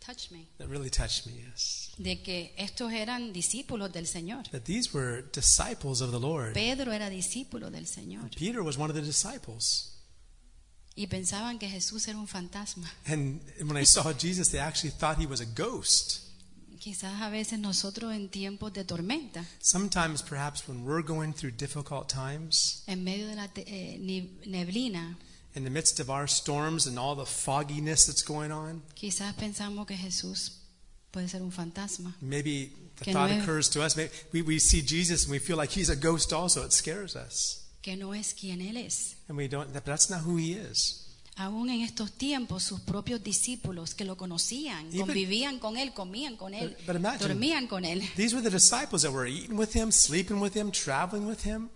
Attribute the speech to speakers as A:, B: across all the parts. A: touched me
B: That really touched me, yes.
A: de que estos eran discípulos del Señor.
B: That these were disciples of the Lord.
A: Pedro era discípulo del Señor
B: Peter was one of the disciples.
A: y pensaban que Jesús era un fantasma.
B: And when I saw Jesus, they actually thought he was a ghost.
A: Quizás a veces nosotros en tiempos de tormenta,
B: Sometimes, perhaps, when we're going through difficult times,
A: en medio de la te- eh, ni- neblina,
B: in the midst of our storms and all the fogginess that's going on,
A: quizás pensamos que Jesús puede ser un fantasma.
B: maybe the
A: Que
B: thought
A: no es-
B: occurs to us. Maybe we, we see Jesus and we feel like he's a ghost also. It scares us.
A: que no es quien Él es.
B: And we don't, but that's not who he is.
A: Aún en estos tiempos, sus propios discípulos que lo conocían,
B: Even-
A: convivían con Él, comían con Él,
B: But- but imagine-
A: dormían con Él,
B: These were the disciples that were eating with him, sleeping with him, traveling with him.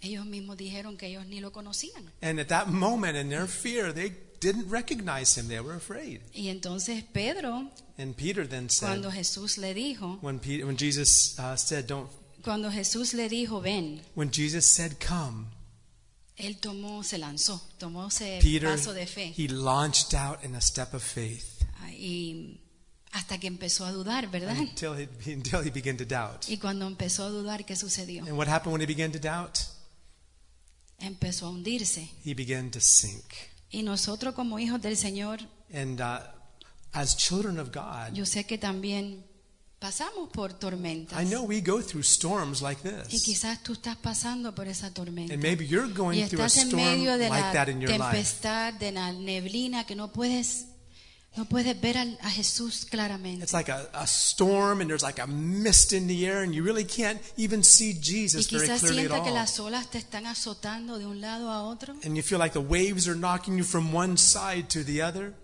A: ellos mismos dijeron que ellos ni lo conocían.
B: And at that moment, in their fear, they didn't recognize him. They were afraid.
A: Y entonces Pedro,
B: And Peter then
A: cuando
B: said,
A: Jesús le dijo,
B: when, Peter, when Jesus uh, said, "Don't,"
A: cuando Jesús le dijo, ven,
B: when Jesus said, "Come,"
A: él tomó, se lanzó, tomó ese
B: Peter,
A: paso de fe.
B: he launched out in a step of faith
A: Ah, Y hasta que empezó a dudar, ¿verdad?
B: until he, until he began to doubt.
A: Y cuando empezó a dudar, ¿qué sucedió?
B: And what happened when he began to doubt?
A: Empezó a hundirse.
B: He began to sink.
A: Y nosotros como hijos del Señor
B: And uh, as children of God,
A: Yo sé que también pasamos por tormentas.
B: I know we go through storms like
A: Y
B: this.
A: quizás tú estás pasando por esa tormenta.
B: And maybe you're
A: Y
B: going through a
A: estás en
B: storm
A: medio de la
B: like that in your life.
A: tempestad, de la neblina, que no puedes, no puedes ver al- a, Jesús claramente.
B: It's like a, a storm, and there's like a mist in the air, and you really can't even see
A: Y
B: Jesus very
A: quizás
B: clearly at
A: sienta que
B: all.
A: las olas te están azotando de un lado a otro.
B: And you feel like the waves are knocking you from one side to the other.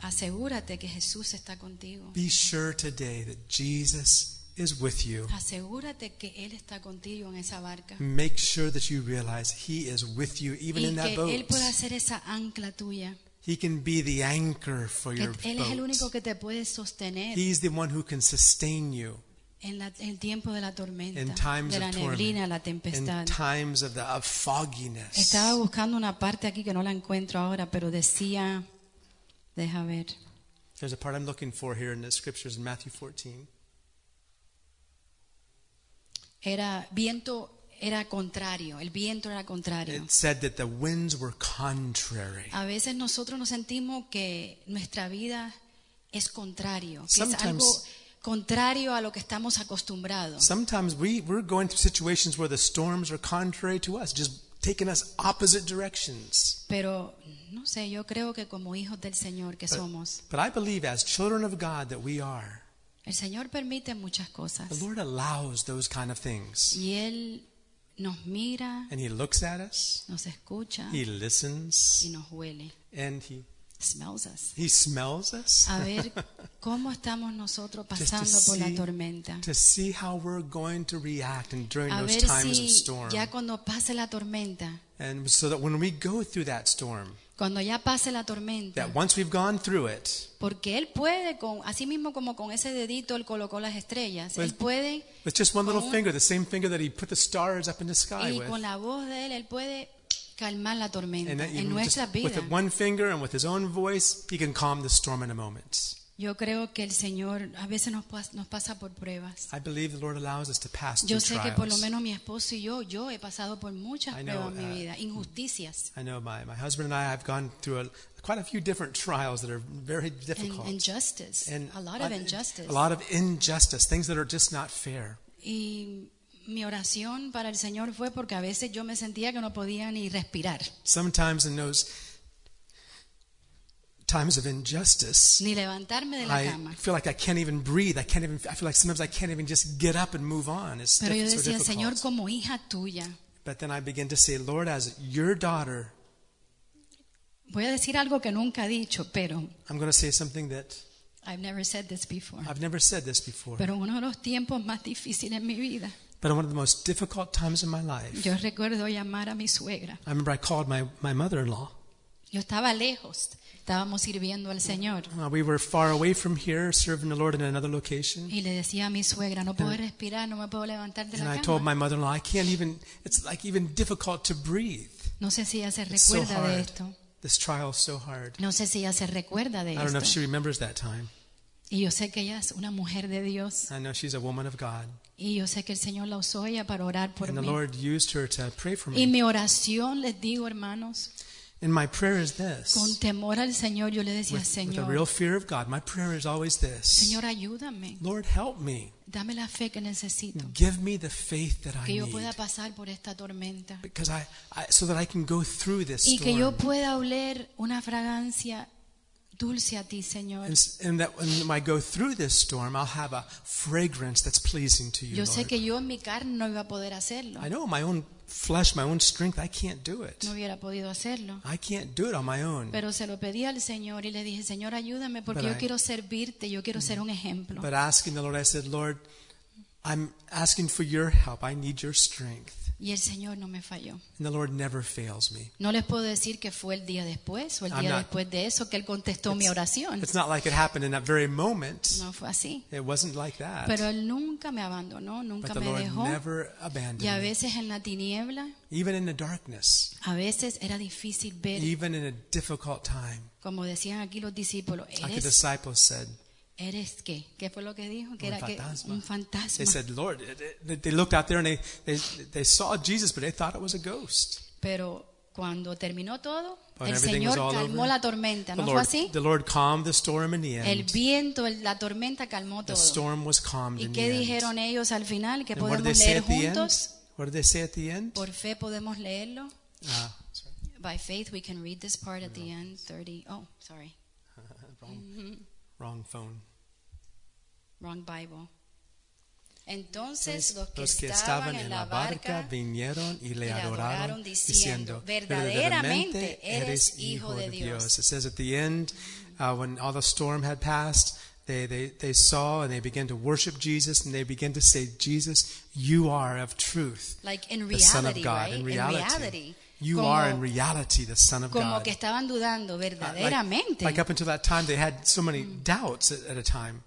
A: Asegúrate que Jesús está contigo.
B: Be sure today that Jesus is with you.
A: Asegúrate que Él está contigo en esa barca.
B: Make sure that you realize He is with you, even
A: Y
B: in that
A: que Él
B: boat.
A: pueda ser esa ancla tuya.
B: He can be the anchor for
A: Que
B: your
A: Él es el único
B: boat.
A: que te puede sostener.
B: He's the one who can sustain you
A: En la- el tiempo de la
B: in
A: tormenta,
B: times
A: de la
B: of torment,
A: neblina, la
B: in
A: tempestad.
B: times of the of fogginess.
A: Estaba buscando una parte aquí que no la encuentro ahora, pero decía, deja ver,
B: There's a part I'm looking for here in the scriptures in Matthew 14.
A: era viento, era contrario, el viento era contrario.
B: It said that the winds were contrary.
A: A veces nosotros nos sentimos que nuestra vida es contrario, que es
B: Sometimes-
A: algo contrario a lo que estamos acostumbrados.
B: Sometimes we, we're going through situations where the storms are contrary to us, just taking us opposite directions.
A: Pero no sé, yo creo que como hijos del Señor que somos,
B: But I believe as children of God that we are.
A: el Señor permite muchas cosas
B: The Lord allows those kind of things.
A: y Él nos mira.
B: And He looks at us,
A: nos escucha
B: He
A: y
B: listens,
A: nos huele.
B: and He,
A: Smells us.
B: he smells us
A: A ver cómo estamos nosotros
B: Just to
A: pasando por la
B: see-
A: tormenta.
B: to see how we're going to react and during
A: A
B: those
A: ver
B: times of
A: si
B: storm.
A: ya cuando pase la tormenta,
B: And so that when we go through that storm,
A: cuando ya pase la tormenta,
B: that once we've gone through it,
A: porque él puede con, así mismo como con ese dedito él colocó las estrellas, él
B: Pues-
A: puede
B: with just one little
A: Con un-
B: finger, the same finger that He put the stars up in the sky
A: y
B: with.
A: con la voz de él él puede calmar la
B: And
A: tormenta
B: that
A: en
B: even just
A: nuestras vidas.
B: with one finger and with his own voice, he can calm the storm in a moment.
A: Yo creo que el Señor a veces nos, pas- nos pasa por pruebas.
B: I believe the Lord allows us to pass through
A: Yo sé que por lo
B: trials.
A: menos mi esposo y yo, yo he pasado por muchas
B: I know,
A: pruebas en mi
B: uh,
A: vida, injusticias,
B: I know my, my husband and I have gone through a, quite a few different trials that are very
A: and
B: difficult.
A: injustice,
B: And
A: a lot of injustice.
B: a lot of injustice, things that are just not fair.
A: Y mi oración para el Señor fue porque a veces yo me sentía que no podía ni respirar,
B: Sometimes in those times of injustice,
A: ni levantarme de la
B: I
A: cama.
B: feel like I can't even breathe. I can't even. I feel like sometimes I can't even just get up and move on. It's
A: Pero yo
B: diff- so
A: decía,
B: difficult.
A: Señor, como hija tuya,
B: But then I begin to say, Lord, as your daughter,
A: voy a decir algo que nunca he dicho, pero
B: I'm going to say something that
A: I've never said this before.
B: I've never said this before.
A: Pero uno de los tiempos más difíciles en mi vida,
B: But in one of the most difficult times in my life,
A: yo recuerdo llamar a mi suegra.
B: I remember I called my, my mother in law.
A: Yo estaba lejos, estábamos sirviendo al Señor.
B: Uh, we were far away from here, serving the Lord in another location.
A: Y le decía a mi suegra, no puedo respirar, no me puedo levantar de
B: Ah. And I
A: la
B: told
A: cama.
B: my mother in law, I can't even, it's like even difficult to breathe.
A: No sé si ella se
B: It's so
A: recuerda de
B: hard.
A: esto.
B: This trial is so hard.
A: No sé si ella se recuerda de
B: I don't know if she
A: esto.
B: remembers that time.
A: Y yo sé que ella es una mujer de Dios.
B: I know she's a woman of God.
A: Y yo sé que el Señor la usó a ella para orar por
B: And the
A: mí.
B: Lord used her to pray for
A: Y
B: me.
A: mi oración, les digo, hermanos,
B: And my prayer is
A: con
B: this
A: temor al Señor, yo le decía,
B: with, with a real
A: Señor,
B: fear of God. My prayer is always this
A: Señor, ayúdame.
B: Lord, help me.
A: Dame la fe que necesito.
B: Give me the faith that I
A: Que yo
B: need.
A: pueda pasar por esta tormenta.
B: Because I, I, so that I can go through this
A: Y que
B: storm.
A: yo pueda oler una fragancia dulce a ti, Señor.
B: And, s- and that when I go through this storm, I'll have a fragrance that's pleasing to you,
A: Yo sé
B: Lord.
A: que yo en mi carne no iba a poder hacerlo.
B: I know my own flesh, my own strength, I can't do it.
A: No hubiera podido hacerlo.
B: I can't do it on my own.
A: Pero se lo pedí al Señor y le dije, Señor, ayúdame porque
B: But
A: yo
B: I- Mm.
A: quiero servirte, yo quiero ser un ejemplo.
B: But asking the Lord, I said, Lord, I'm asking for your help. I need your strength.
A: Y el Señor no me falló.
B: And the Lord never fails me.
A: No les puedo decir que fue el día después o el
B: I'm
A: día
B: not-
A: después de eso que Él contestó mi
B: It's-
A: oración.
B: It's not like it happened in that very moment.
A: No fue así.
B: It wasn't like that.
A: Pero Él nunca me abandonó, nunca
B: but the
A: me
B: Lord
A: dejó.
B: never abandoned
A: Y a
B: me.
A: veces en la tiniebla,
B: Even in the darkness,
A: a veces era difícil ver,
B: even in a difficult time,
A: como decían aquí los discípulos,
B: like the
A: ¿eres,
B: disciples said,
A: ¿eres qué? ¿Qué fue lo que dijo? Que
B: Un
A: era que-
B: fantasma.
A: un fantasma.
B: they said, Lord, they- they looked out there and they, they, they saw Jesus, but they thought it was a ghost.
A: Pero cuando terminó todo,
B: When
A: el
B: everything
A: Señor
B: was all
A: calmó
B: over,
A: la tormenta,
B: the,
A: ¿no fue
B: Lord,
A: así?
B: the Lord calmed the storm in the
A: El
B: end.
A: viento, el- la tormenta calmó
B: The
A: todo.
B: storm was calmed
A: ¿Y
B: in the
A: qué
B: end.
A: dijeron ellos al final? Que
B: And what did they
A: podemos
B: say
A: leer
B: at the end?
A: juntos.
B: What did they say at the end?
A: Por fe podemos leerlo.
B: Ah, sorry.
A: By faith we can read this part at the end. 30. Oh, sorry.
B: wrong, wrong phone.
A: Wrong Bible. Entonces los que,
B: Los que
A: estaban en la barca
B: vinieron y le
A: le
B: adoraron
A: adoraron diciendo,
B: diciendo,
A: "Verdaderamente
B: verdaderamente eres
A: eres
B: hijo
A: hijo
B: de
A: de Dios."
B: Dios. It says at the end, uh, when all the storm had passed, they, they, they saw and they began to worship Jesus and they began to say, Jesus, you are of truth,
A: like in
B: the Son of
A: reality,
B: God.
A: right?
B: In
A: In
B: reality,
A: reality.
B: you
A: Como-
B: are in reality the Son of
A: Como
B: God.
A: que estaban dudando
B: Uh, like,
A: verdaderamente.
B: like up until that time, they had so many doubts at, at a time.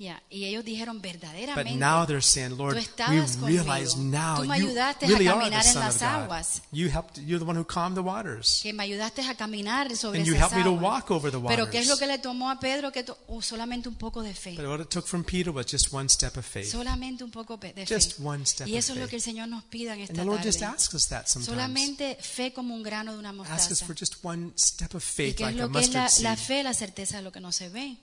A: Yeah, Y ellos dijeron
B: But
A: verdaderamente.
B: now they're saying, Lord,
A: Tú
B: we
A: estabas
B: realize
A: conmigo.
B: now
A: Tú me
B: you
A: ayudaste a
B: really are the
A: caminar en
B: Son
A: las
B: of God.
A: aguas.
B: You helped, you're the one who calmed the waters.
A: que me ayudaste a caminar sobre
B: And you
A: esas
B: helped me to
A: aguas.
B: walk over the
A: Pero qué es lo
B: waters.
A: que le tomó a Pedro que to- oh, solamente un poco de fe.
B: But what it took from Peter was just one step of faith.
A: Solamente un poco pe- de fe.
B: eh, Just one step
A: Y eso
B: of
A: es lo
B: faith.
A: que el Señor nos pida en esta
B: and the Lord
A: tarde.
B: just asks us that sometimes.
A: Solamente fe como un grano de una
B: Ask us
A: mostaza.
B: for just one step of
A: ¿Y
B: faith,
A: qué es
B: like a
A: lo que es
B: mustard
A: la,
B: seed.
A: la fe? La certeza de lo que no se ve.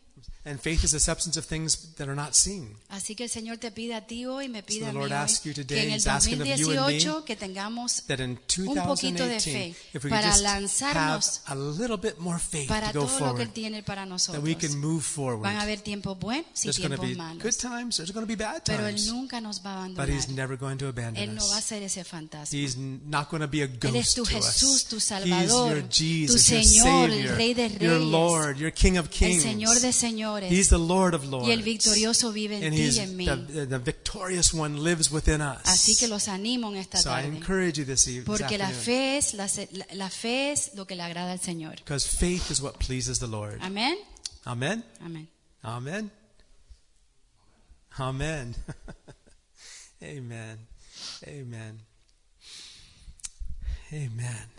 B: And faith is the substance of things that are not seen.
A: Así que el Señor te pide a ti hoy, me pide
B: the
A: a mí
B: Lord asks you
A: hoy,
B: today,
A: que en el
B: He's asking of you and me,
A: 2018 que tengamos
B: That in
A: un poquito de
B: 2018,
A: fe
B: if we could
A: para
B: just
A: lanzarnos
B: have a little bit more faith
A: para
B: to go
A: todo lo que
B: forward,
A: Él tiene para
B: that we
A: nosotros.
B: can move forward.
A: Van a haber tiempos buenos y
B: there's going to
A: tiempos
B: be
A: malos.
B: good times, there's going to be bad
A: Pero Él
B: times.
A: nunca nos va a
B: But he's
A: abandonar.
B: never going to abandon
A: Él no va a
B: us.
A: ser ese fantasma.
B: He's n- not going to be a
A: Él es
B: ghost
A: tu
B: to us.
A: Jesús, tu
B: He's your
A: Salvador, tu
B: Jesus, your
A: Señor, el
B: Savior,
A: Rey de
B: your
A: Reyes,
B: Lord, your King of
A: el
B: Kings.
A: Señor de
B: He's
A: Señores.
B: the Lord of Lords.
A: Y el victorioso vive en
B: and
A: ti
B: he's
A: y en mí.
B: the, the, the victorious one lives within us.
A: Así que los animo en esta
B: so I
A: tarde.
B: encourage you this evening.
A: Porque la fe, es, la, ce- la- la fe es lo que le agrada al Señor.
B: Because faith is what pleases the Lord.
A: Amén.
B: Amen.
A: Amén.
B: Amen. Amen. Amen. Amen. Amen.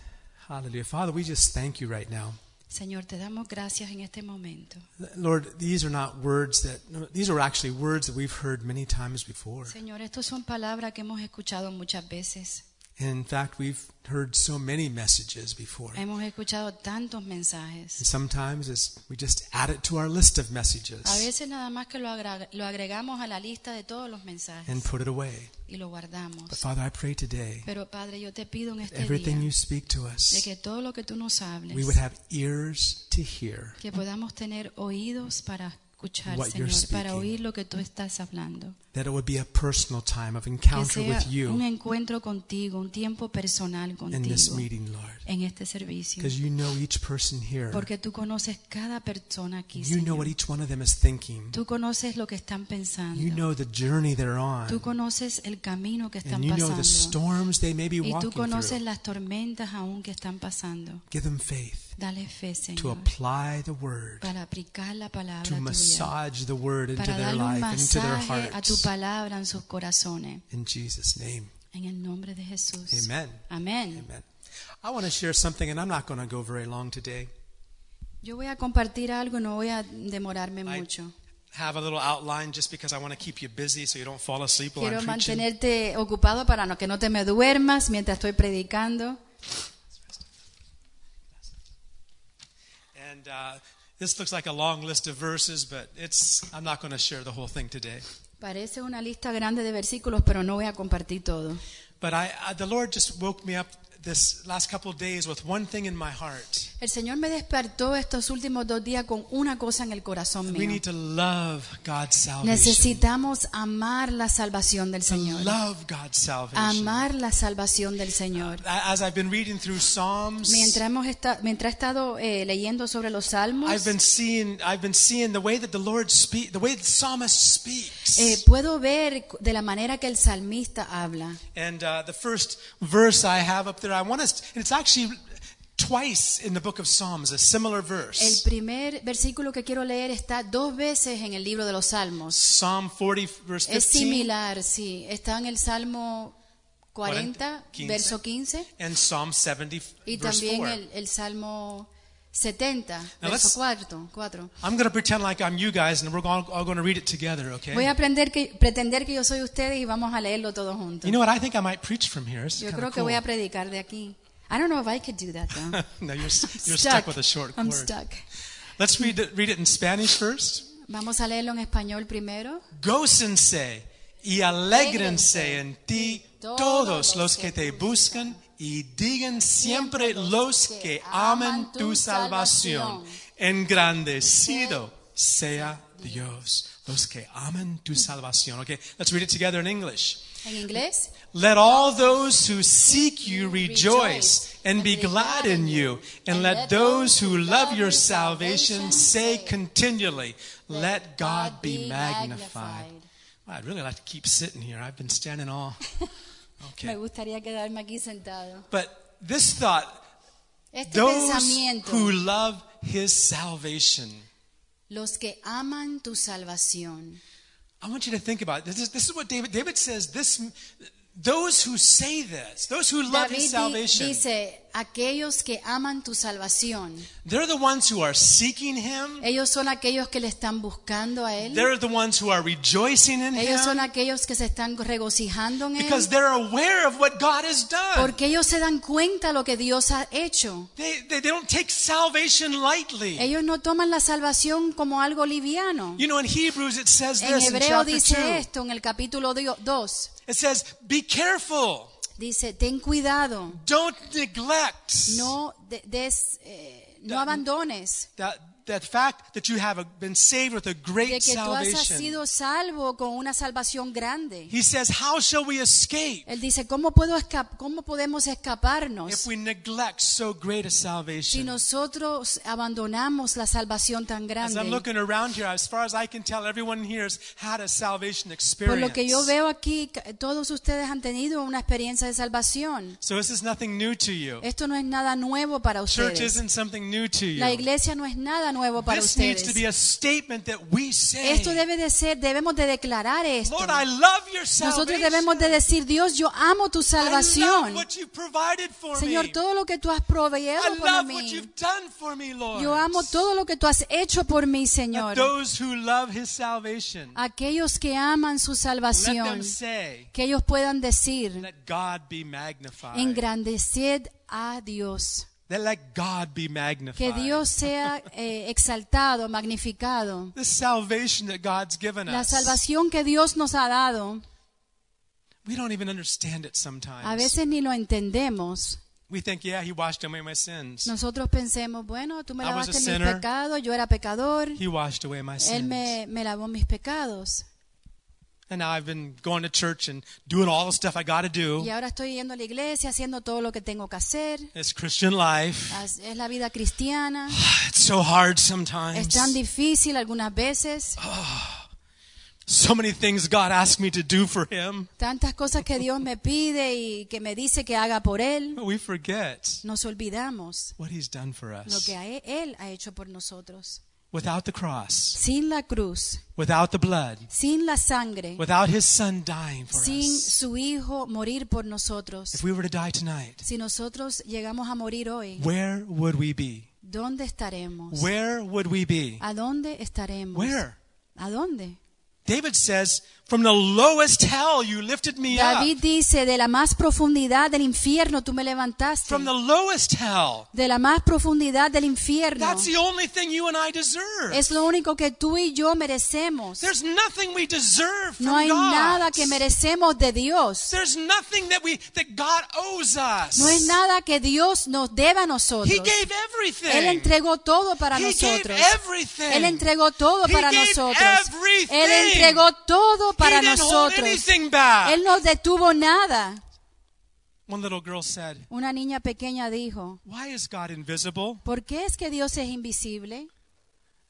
B: Hallelujah. Father, we just thank you right now.
A: Señor, te damos gracias en este momento.
B: Lord, these are not words that, these are actually words that we've heard many times before.
A: Señor, estas son palabras que hemos escuchado muchas veces.
B: In fact, we've heard so many messages before. And
A: Hemos escuchado tantos mensajes.
B: sometimes it's, we just add it to our list of
A: A
B: messages
A: veces nada más que lo, agra- lo agregamos a la lista de todos los mensajes
B: and put it away.
A: y lo guardamos.
B: But Father, I pray today,
A: Pero Padre, yo te pido en este
B: everything
A: día
B: you speak to
A: de
B: us,
A: que todo lo que tú nos hables,
B: we would have ears to hear.
A: que podamos tener oídos para escuchar,
B: What you're
A: Señor, para
B: speaking.
A: oír lo que tú estás hablando.
B: that it would be a personal time of
A: Que
B: encounter
A: sea
B: with
A: un
B: you
A: encuentro contigo, un tiempo personal
B: in this
A: contigo
B: meeting, Lord.
A: en este servicio.
B: Because you know each person here.
A: Porque tú conoces cada persona aquí,
B: You know what
A: Señor.
B: each one of them is thinking.
A: Tú conoces lo que están
B: You
A: pensando.
B: know the journey they're
A: Tú
B: on.
A: conoces el camino que
B: And
A: están
B: you know the
A: pasando.
B: storms they may be
A: Y tú
B: walking
A: conoces
B: through.
A: las tormentas aún que están pasando.
B: Give them faith
A: Dale fe,
B: to
A: Señor,
B: apply the word,
A: para aplicar la palabra
B: to
A: tuya,
B: massage the word into
A: para
B: their
A: darle un
B: life, and into their
A: masaje a tu
B: hearts.
A: palabra en sus corazones.
B: In Jesus' name.
A: En el nombre de Jesús.
B: Amen.
A: Amén.
B: Amen. I want to share something, and I'm not going to go very long today.
A: Yo voy a compartir algo, no voy a demorarme
B: I-
A: mucho.
B: Have a little outline just because I want to keep you busy so you don't fall asleep while
A: Quiero
B: I'm preaching.
A: mantenerte ocupado para no, que no te me duermas mientras estoy predicando.
B: And uh, this looks like a long list of verses, but it's I'm not going to share the whole thing today.
A: Parece una lista grande de versículos, pero no voy a compartir todo.
B: But I, I the Lord just woke me up this last couple of days with one thing in my heart.
A: El Señor me despertó estos últimos dos días con una cosa en el corazón
B: We
A: mío.
B: need to love God's salvation.
A: Necesitamos amar la salvación del Señor.
B: Love God's salvation.
A: Amar la salvación del Señor.
B: As I've been reading through Psalms,
A: Mientras, hemos esta- mientras he estado eh, leyendo sobre los salmos,
B: I've been seeing I've been seeing the way that the Lord speak, the way the psalmist speaks.
A: eh, puedo ver de la manera que el salmista habla.
B: And uh, the first verse I have up there, I want us, and it's actually twice in the book of Psalms, a similar
A: El
B: verse.
A: primer versículo que quiero leer está dos veces en el libro de los salmos.
B: Psalm 40, verse
A: Es
B: 15,
A: similar, sí. Está en el Salmo 40,
B: 15.
A: verso 15,
B: and Psalm 70,
A: y
B: verse
A: también
B: 4.
A: el, el Salmo 70,
B: Now
A: verso
B: let's-
A: 4. cuatro.
B: I'm going to pretend like I'm you guys, and we're all, all going to read it together,
A: Voy
B: okay?
A: a aprender que, pretender que yo soy ustedes y vamos a leerlo todos juntos.
B: You know what? I think I might preach from here. This
A: yo
B: is kind
A: creo
B: of
A: que
B: cool.
A: voy a predicar de aquí. I don't know if I could do that, though.
B: no, you're, s- you're stuck with a short
A: I'm
B: word.
A: stuck.
B: Let's read it, read it in Spanish first.
A: Vamos a leerlo en español primero.
B: Gócense y alégrense en ti todos los que te buscan y digan siempre los que aman tu salvación. Engrandecido sea Dios. Los que aman tu salvación. Okay, let's read it together in English.
A: En inglés.
B: Let all those who seek you rejoice and be glad in you. And let those who love your salvation say continually, Let God be magnified. Wow, I'd really like to keep sitting here. I've been standing all.
A: Me
B: Okay.
A: gustaría quedarme aquí sentado.
B: But this thought
A: Este
B: those
A: pensamiento.
B: who love his salvation.
A: Los que aman tu salvación.
B: I want you to think about it. This is, this is what David David says this those who say this, those who love
A: David
B: his
A: di-
B: salvation,
A: dice, aquellos que aman tu salvación,
B: they're the ones who are seeking him.
A: ellos son aquellos que le están buscando a Él,
B: They're the ones who are rejoicing in
A: ellos son
B: him
A: aquellos que se están regocijando en
B: because
A: Él,
B: they're aware of what God has done.
A: porque ellos se dan cuenta lo que Dios ha hecho.
B: They, they, they don't take salvation lightly.
A: Ellos no toman la salvación como algo liviano.
B: You know, in Hebrews it says
A: En
B: this in
A: Hebreo
B: chapter 2.
A: dice esto, en el capítulo 2,
B: It says, Be careful.
A: dice, ten cuidado,
B: Don't neglect
A: no, de- des- eh, no abandones.
B: that, that fact that you have a- been saved with
A: de
B: a great
A: que tú has
B: salvation.
A: sido salvo con una salvación grande.
B: He says, How shall we escape
A: Él dice, ¿cómo, puedo esca- cómo podemos
B: if
A: escaparnos
B: we neglect so great a
A: si
B: salvation?
A: nosotros abandonamos la salvación tan
B: As I'm
A: grande?
B: looking around here, as far as I can tell, everyone here has had a salvation
A: Por lo que yo
B: experience.
A: veo aquí, ca- todos ustedes han tenido una experiencia de salvación.
B: So this is nothing new to you.
A: Esto no es nada nuevo para
B: Church
A: ustedes.
B: isn't something new to
A: La
B: you.
A: iglesia no es nada nuevo para
B: This needs to be
A: ustedes.
B: a statement that we say,
A: Esto debe de ser, debemos de declarar esto.
B: Lord, I love your
A: Nosotros
B: salvation.
A: debemos de decir, Dios, yo amo tu
B: I love
A: salvación.
B: what you provided for
A: Señor,
B: me.
A: todo lo que tú has
B: I
A: proveído para
B: love what
A: mí.
B: you've done for me, Lord.
A: Yo amo todo lo que tú has hecho por mí,
B: Let
A: Señor.
B: those who love his salvation,
A: Aquellos que aman su
B: let them
A: salvación,
B: say,
A: que ellos puedan decir,
B: let God be magnified.
A: engrandeced a Dios,
B: That let God be
A: que
B: magnified.
A: Dios sea eh, exaltado, magnificado.
B: The salvation that God's given
A: La
B: us.
A: salvación que Dios nos ha dado,
B: We don't even understand it sometimes.
A: a veces ni lo entendemos.
B: we think, yeah, he washed away my sins.
A: Nosotros pensemos, bueno, tú me
B: I was a
A: lavaste mis
B: sinner.
A: pecados, yo era pecador,
B: He washed away my
A: Él
B: sins.
A: me, me lavó mis pecados.
B: And now I've been going to church and doing all the stuff I got to do.
A: Y ahora estoy yendo a la iglesia, haciendo todo lo que tengo que hacer.
B: It's Christian life.
A: As- Es la vida cristiana.
B: It's so hard
A: Es tan
B: sometimes.
A: difícil algunas veces.
B: Ah. So many things God asked me to do for Him,
A: Tantas cosas que Dios me pide y que me dice que haga por Él.
B: but we forget
A: Nos olvidamos
B: what He's done for
A: lo e-,
B: us.
A: que a- Él ha hecho por nosotros.
B: without the cross,
A: sin la cruz,
B: without the blood,
A: sin la sangre,
B: without his son dying for
A: sin
B: us.
A: su hijo morir por nosotros.
B: If we were to die tonight,
A: Si nosotros llegamos a morir hoy,
B: where would we be?
A: ¿dónde estaremos?
B: Where would we be?
A: ¿A dónde estaremos?
B: Where?
A: ¿A dónde?
B: David says, From the lowest hell you lifted me up.
A: David dice, de la más profundidad del infierno tú me levantaste.
B: From the lowest hell.
A: De la más profundidad del infierno.
B: That's the only thing you and I deserve.
A: Es lo único que tú y yo merecemos.
B: There's nothing we deserve from
A: No hay
B: God.
A: nada que merecemos de Dios.
B: There's nothing that we that God owes us.
A: No hay nada que Dios nos deba a nosotros.
B: He gave everything.
A: Él entregó todo para
B: He
A: nosotros.
B: gave everything.
A: Él entregó todo
B: He
A: para
B: gave
A: nosotros.
B: everything.
A: Él entregó todo para
B: He didn't hold
A: nosotros.
B: anything back.
A: Él no detuvo nada.
B: One little girl said,
A: Una niña pequeña dijo,
B: "Why is God invisible?"
A: ¿por qué es que Dios es invisible?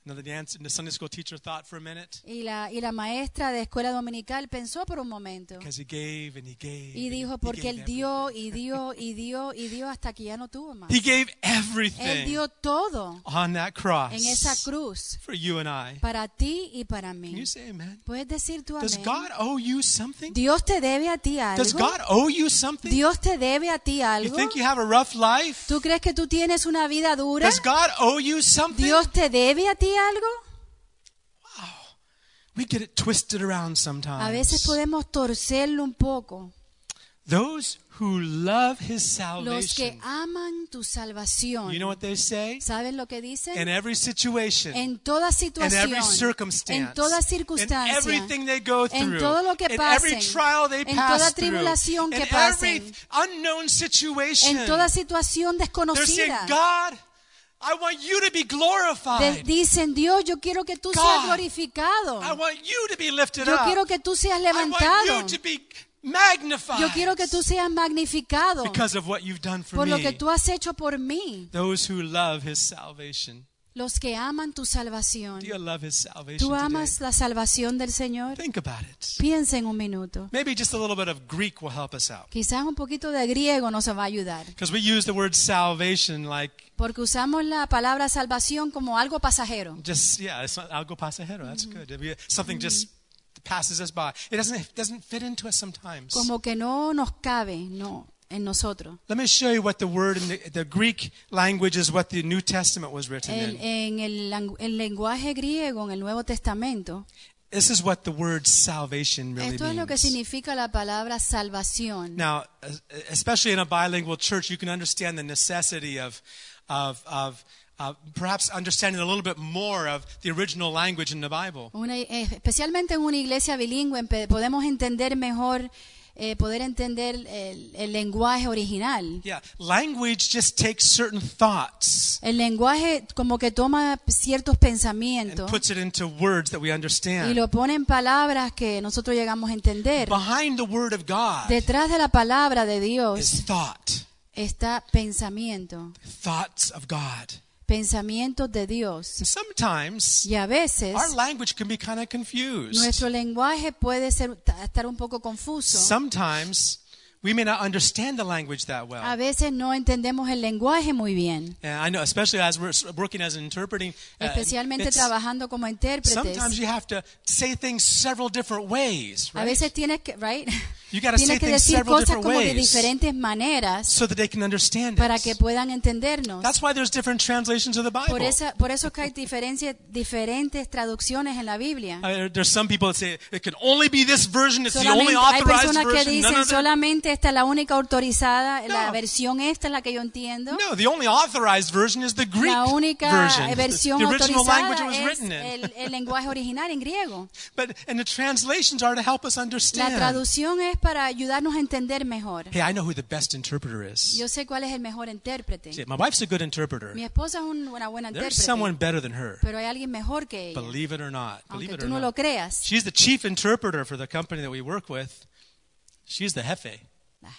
B: Another dance, and the Sunday school teacher thought for a minute
A: Y la, y la maestra de escuela dominical pensó por un momento
B: because he gave and he gave.
A: y
B: and
A: dijo,
B: he
A: porque
B: gave
A: Él dio y dio y dio y dio hasta que ya no tuvo más.
B: everything. He gave
A: Él
B: everything
A: dio todo
B: on that cross
A: en esa cruz
B: for you and I.
A: para ti y para
B: Can
A: mí.
B: you say amen?
A: ¿Puedes decir tú
B: Does
A: amén?
B: God owe you something?
A: Dios te debe a ti
B: Does
A: algo.
B: God owe you something?
A: Dios te debe a ti
B: You
A: algo.
B: think you have a rough life?
A: ¿Tú crees que tú tienes una vida dura?
B: Does God owe you something?
A: ¿Dios te debe a ti algo?
B: We get it twisted around
A: A veces
B: sometimes.
A: podemos torcerlo un poco.
B: Those who love his
A: Los que
B: salvation,
A: aman tu salvación,
B: you know what they say?
A: ¿sabes lo que
B: In
A: dicen?
B: every situation,
A: En toda
B: in
A: situación,
B: every circumstance,
A: en toda
B: in
A: circunstancia,
B: everything they go
A: en
B: through,
A: todo lo que
B: in every
A: pasen,
B: trial they
A: en
B: pass
A: toda
B: through,
A: tribulación que
B: in every
A: pasen,
B: unknown situation,
A: en toda situación
B: they're saying,
A: desconocida,
B: God, I want you to
A: de-
B: be glorified.
A: dicen, Dios, yo quiero que tú
B: God,
A: seas glorificado.
B: I want you to be lifted
A: Yo
B: up.
A: quiero que tú seas
B: I
A: levantado.
B: want you to be magnified
A: Yo quiero que tú seas magnificado
B: because of what you've done for
A: por lo
B: me.
A: que tú has hecho por mí.
B: Those who love his salvation.
A: Los que aman tu salvación.
B: Do you love his salvation
A: ¿Tú
B: today?
A: amas la salvación del Señor?
B: Think about it.
A: Piensa en un minuto.
B: Maybe just a little bit of Greek will help us out.
A: Quizás un poquito de griego nos va a ayudar.
B: Because we use the word salvation like
A: Porque usamos la palabra salvación como algo pasajero.
B: just, yeah, it's not algo pasajero. Oh, That's
A: Mm-hmm.
B: good. We- Something just passes us by. It doesn't, it doesn't fit into us sometimes.
A: Como que no nos cabe, no, en nosotros.
B: Let me show you what the word in the, the Greek language is what the New Testament was written
A: El-
B: in.
A: en el, lang- el lenguaje griego, en el Nuevo Testamento,
B: This is what the word salvation really
A: esto es lo que
B: means.
A: significa la palabra salvación.
B: Now, es- especially in a bilingual church, you can understand the necessity of, of, of uh, perhaps understanding a little bit more of the original language in the Bible.
A: Una- eh, especialmente en una iglesia bilingüe empe- podemos entender mejor, eh, poder entender el, el lenguaje original.
B: Yeah, language just takes certain thoughts
A: El lenguaje como que toma ciertos
B: and
A: pensamientos
B: puts it into words that we
A: y
B: understand.
A: lo pone en palabras que nosotros llegamos a entender.
B: Behind the word of God
A: Detrás de la palabra de
B: is
A: Dios
B: thought,
A: está pensamiento,
B: thoughts of God.
A: pensamientos de Dios.
B: And sometimes
A: Y a veces
B: our language can be kind of confused.
A: nuestro lenguaje puede ser, ta- estar un poco confuso.
B: Sometimes we may not understand the language that well.
A: A veces no entendemos el lenguaje muy bien.
B: And I know, especially as we're s- working as an interpreting, uh,
A: especialmente
B: it's-
A: trabajando como
B: sometimes
A: intérpretes.
B: you have to say things several different ways,
A: A
B: right?
A: veces tienes que, right?
B: You gotta say
A: tienes que
B: things
A: decir
B: several
A: cosas
B: different
A: como de
B: ways.
A: diferentes maneras
B: so that they can understand
A: para
B: us.
A: que puedan entendernos.
B: That's why there's different translations of the Bible.
A: Por, esa, por eso es que hay diferencias, diferentes traducciones en la Biblia.
B: Uh, there's some people that say it can only be this version. It's the only
A: Solamente- hay
B: authorized
A: personas que
B: version. none
A: dicen
B: other."
A: solamente esta es la única autorizada, la
B: No.
A: versión esta es la que yo entiendo.
B: no, the only authorized version is the Greek
A: la única
B: version,
A: versión
B: the original language it
A: autorizada
B: was
A: es
B: written in.
A: el, el lenguaje original en griego.
B: But and the translations are to help us
A: La
B: understand.
A: traducción es para ayudarnos a entender mejor.
B: Hey, I know who the best interpreter is.
A: Yo sé cuál es el mejor intérprete.
B: See, my wife's a good interpreter.
A: Mi esposa es un- una buena
B: There's
A: intérprete,
B: someone better than her.
A: pero hay alguien mejor que ella,
B: Believe it or not. Believe
A: aunque
B: it
A: tú
B: or
A: no lo
B: not.
A: creas.
B: She's the chief interpreter for the company that we work with. She's the jefe.
A: Ah,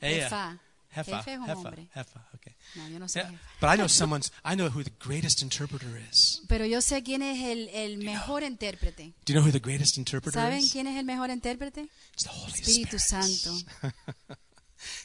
B: Ella.
A: jefa.
B: Jefa.
A: Jefe es un
B: Jefa.
A: hombre.
B: Jefa. Okay.
A: No, yo no sé.
B: Yeah, But I know someone's, I know who the greatest interpreter is.
A: Pero yo sé quién es el, el mejor intérprete.
B: Do you know who the greatest interpreter
A: ¿Saben
B: is?
A: quién es el mejor intérprete?
B: It's the Holy
A: Espíritu
B: Spirit.
A: Santo.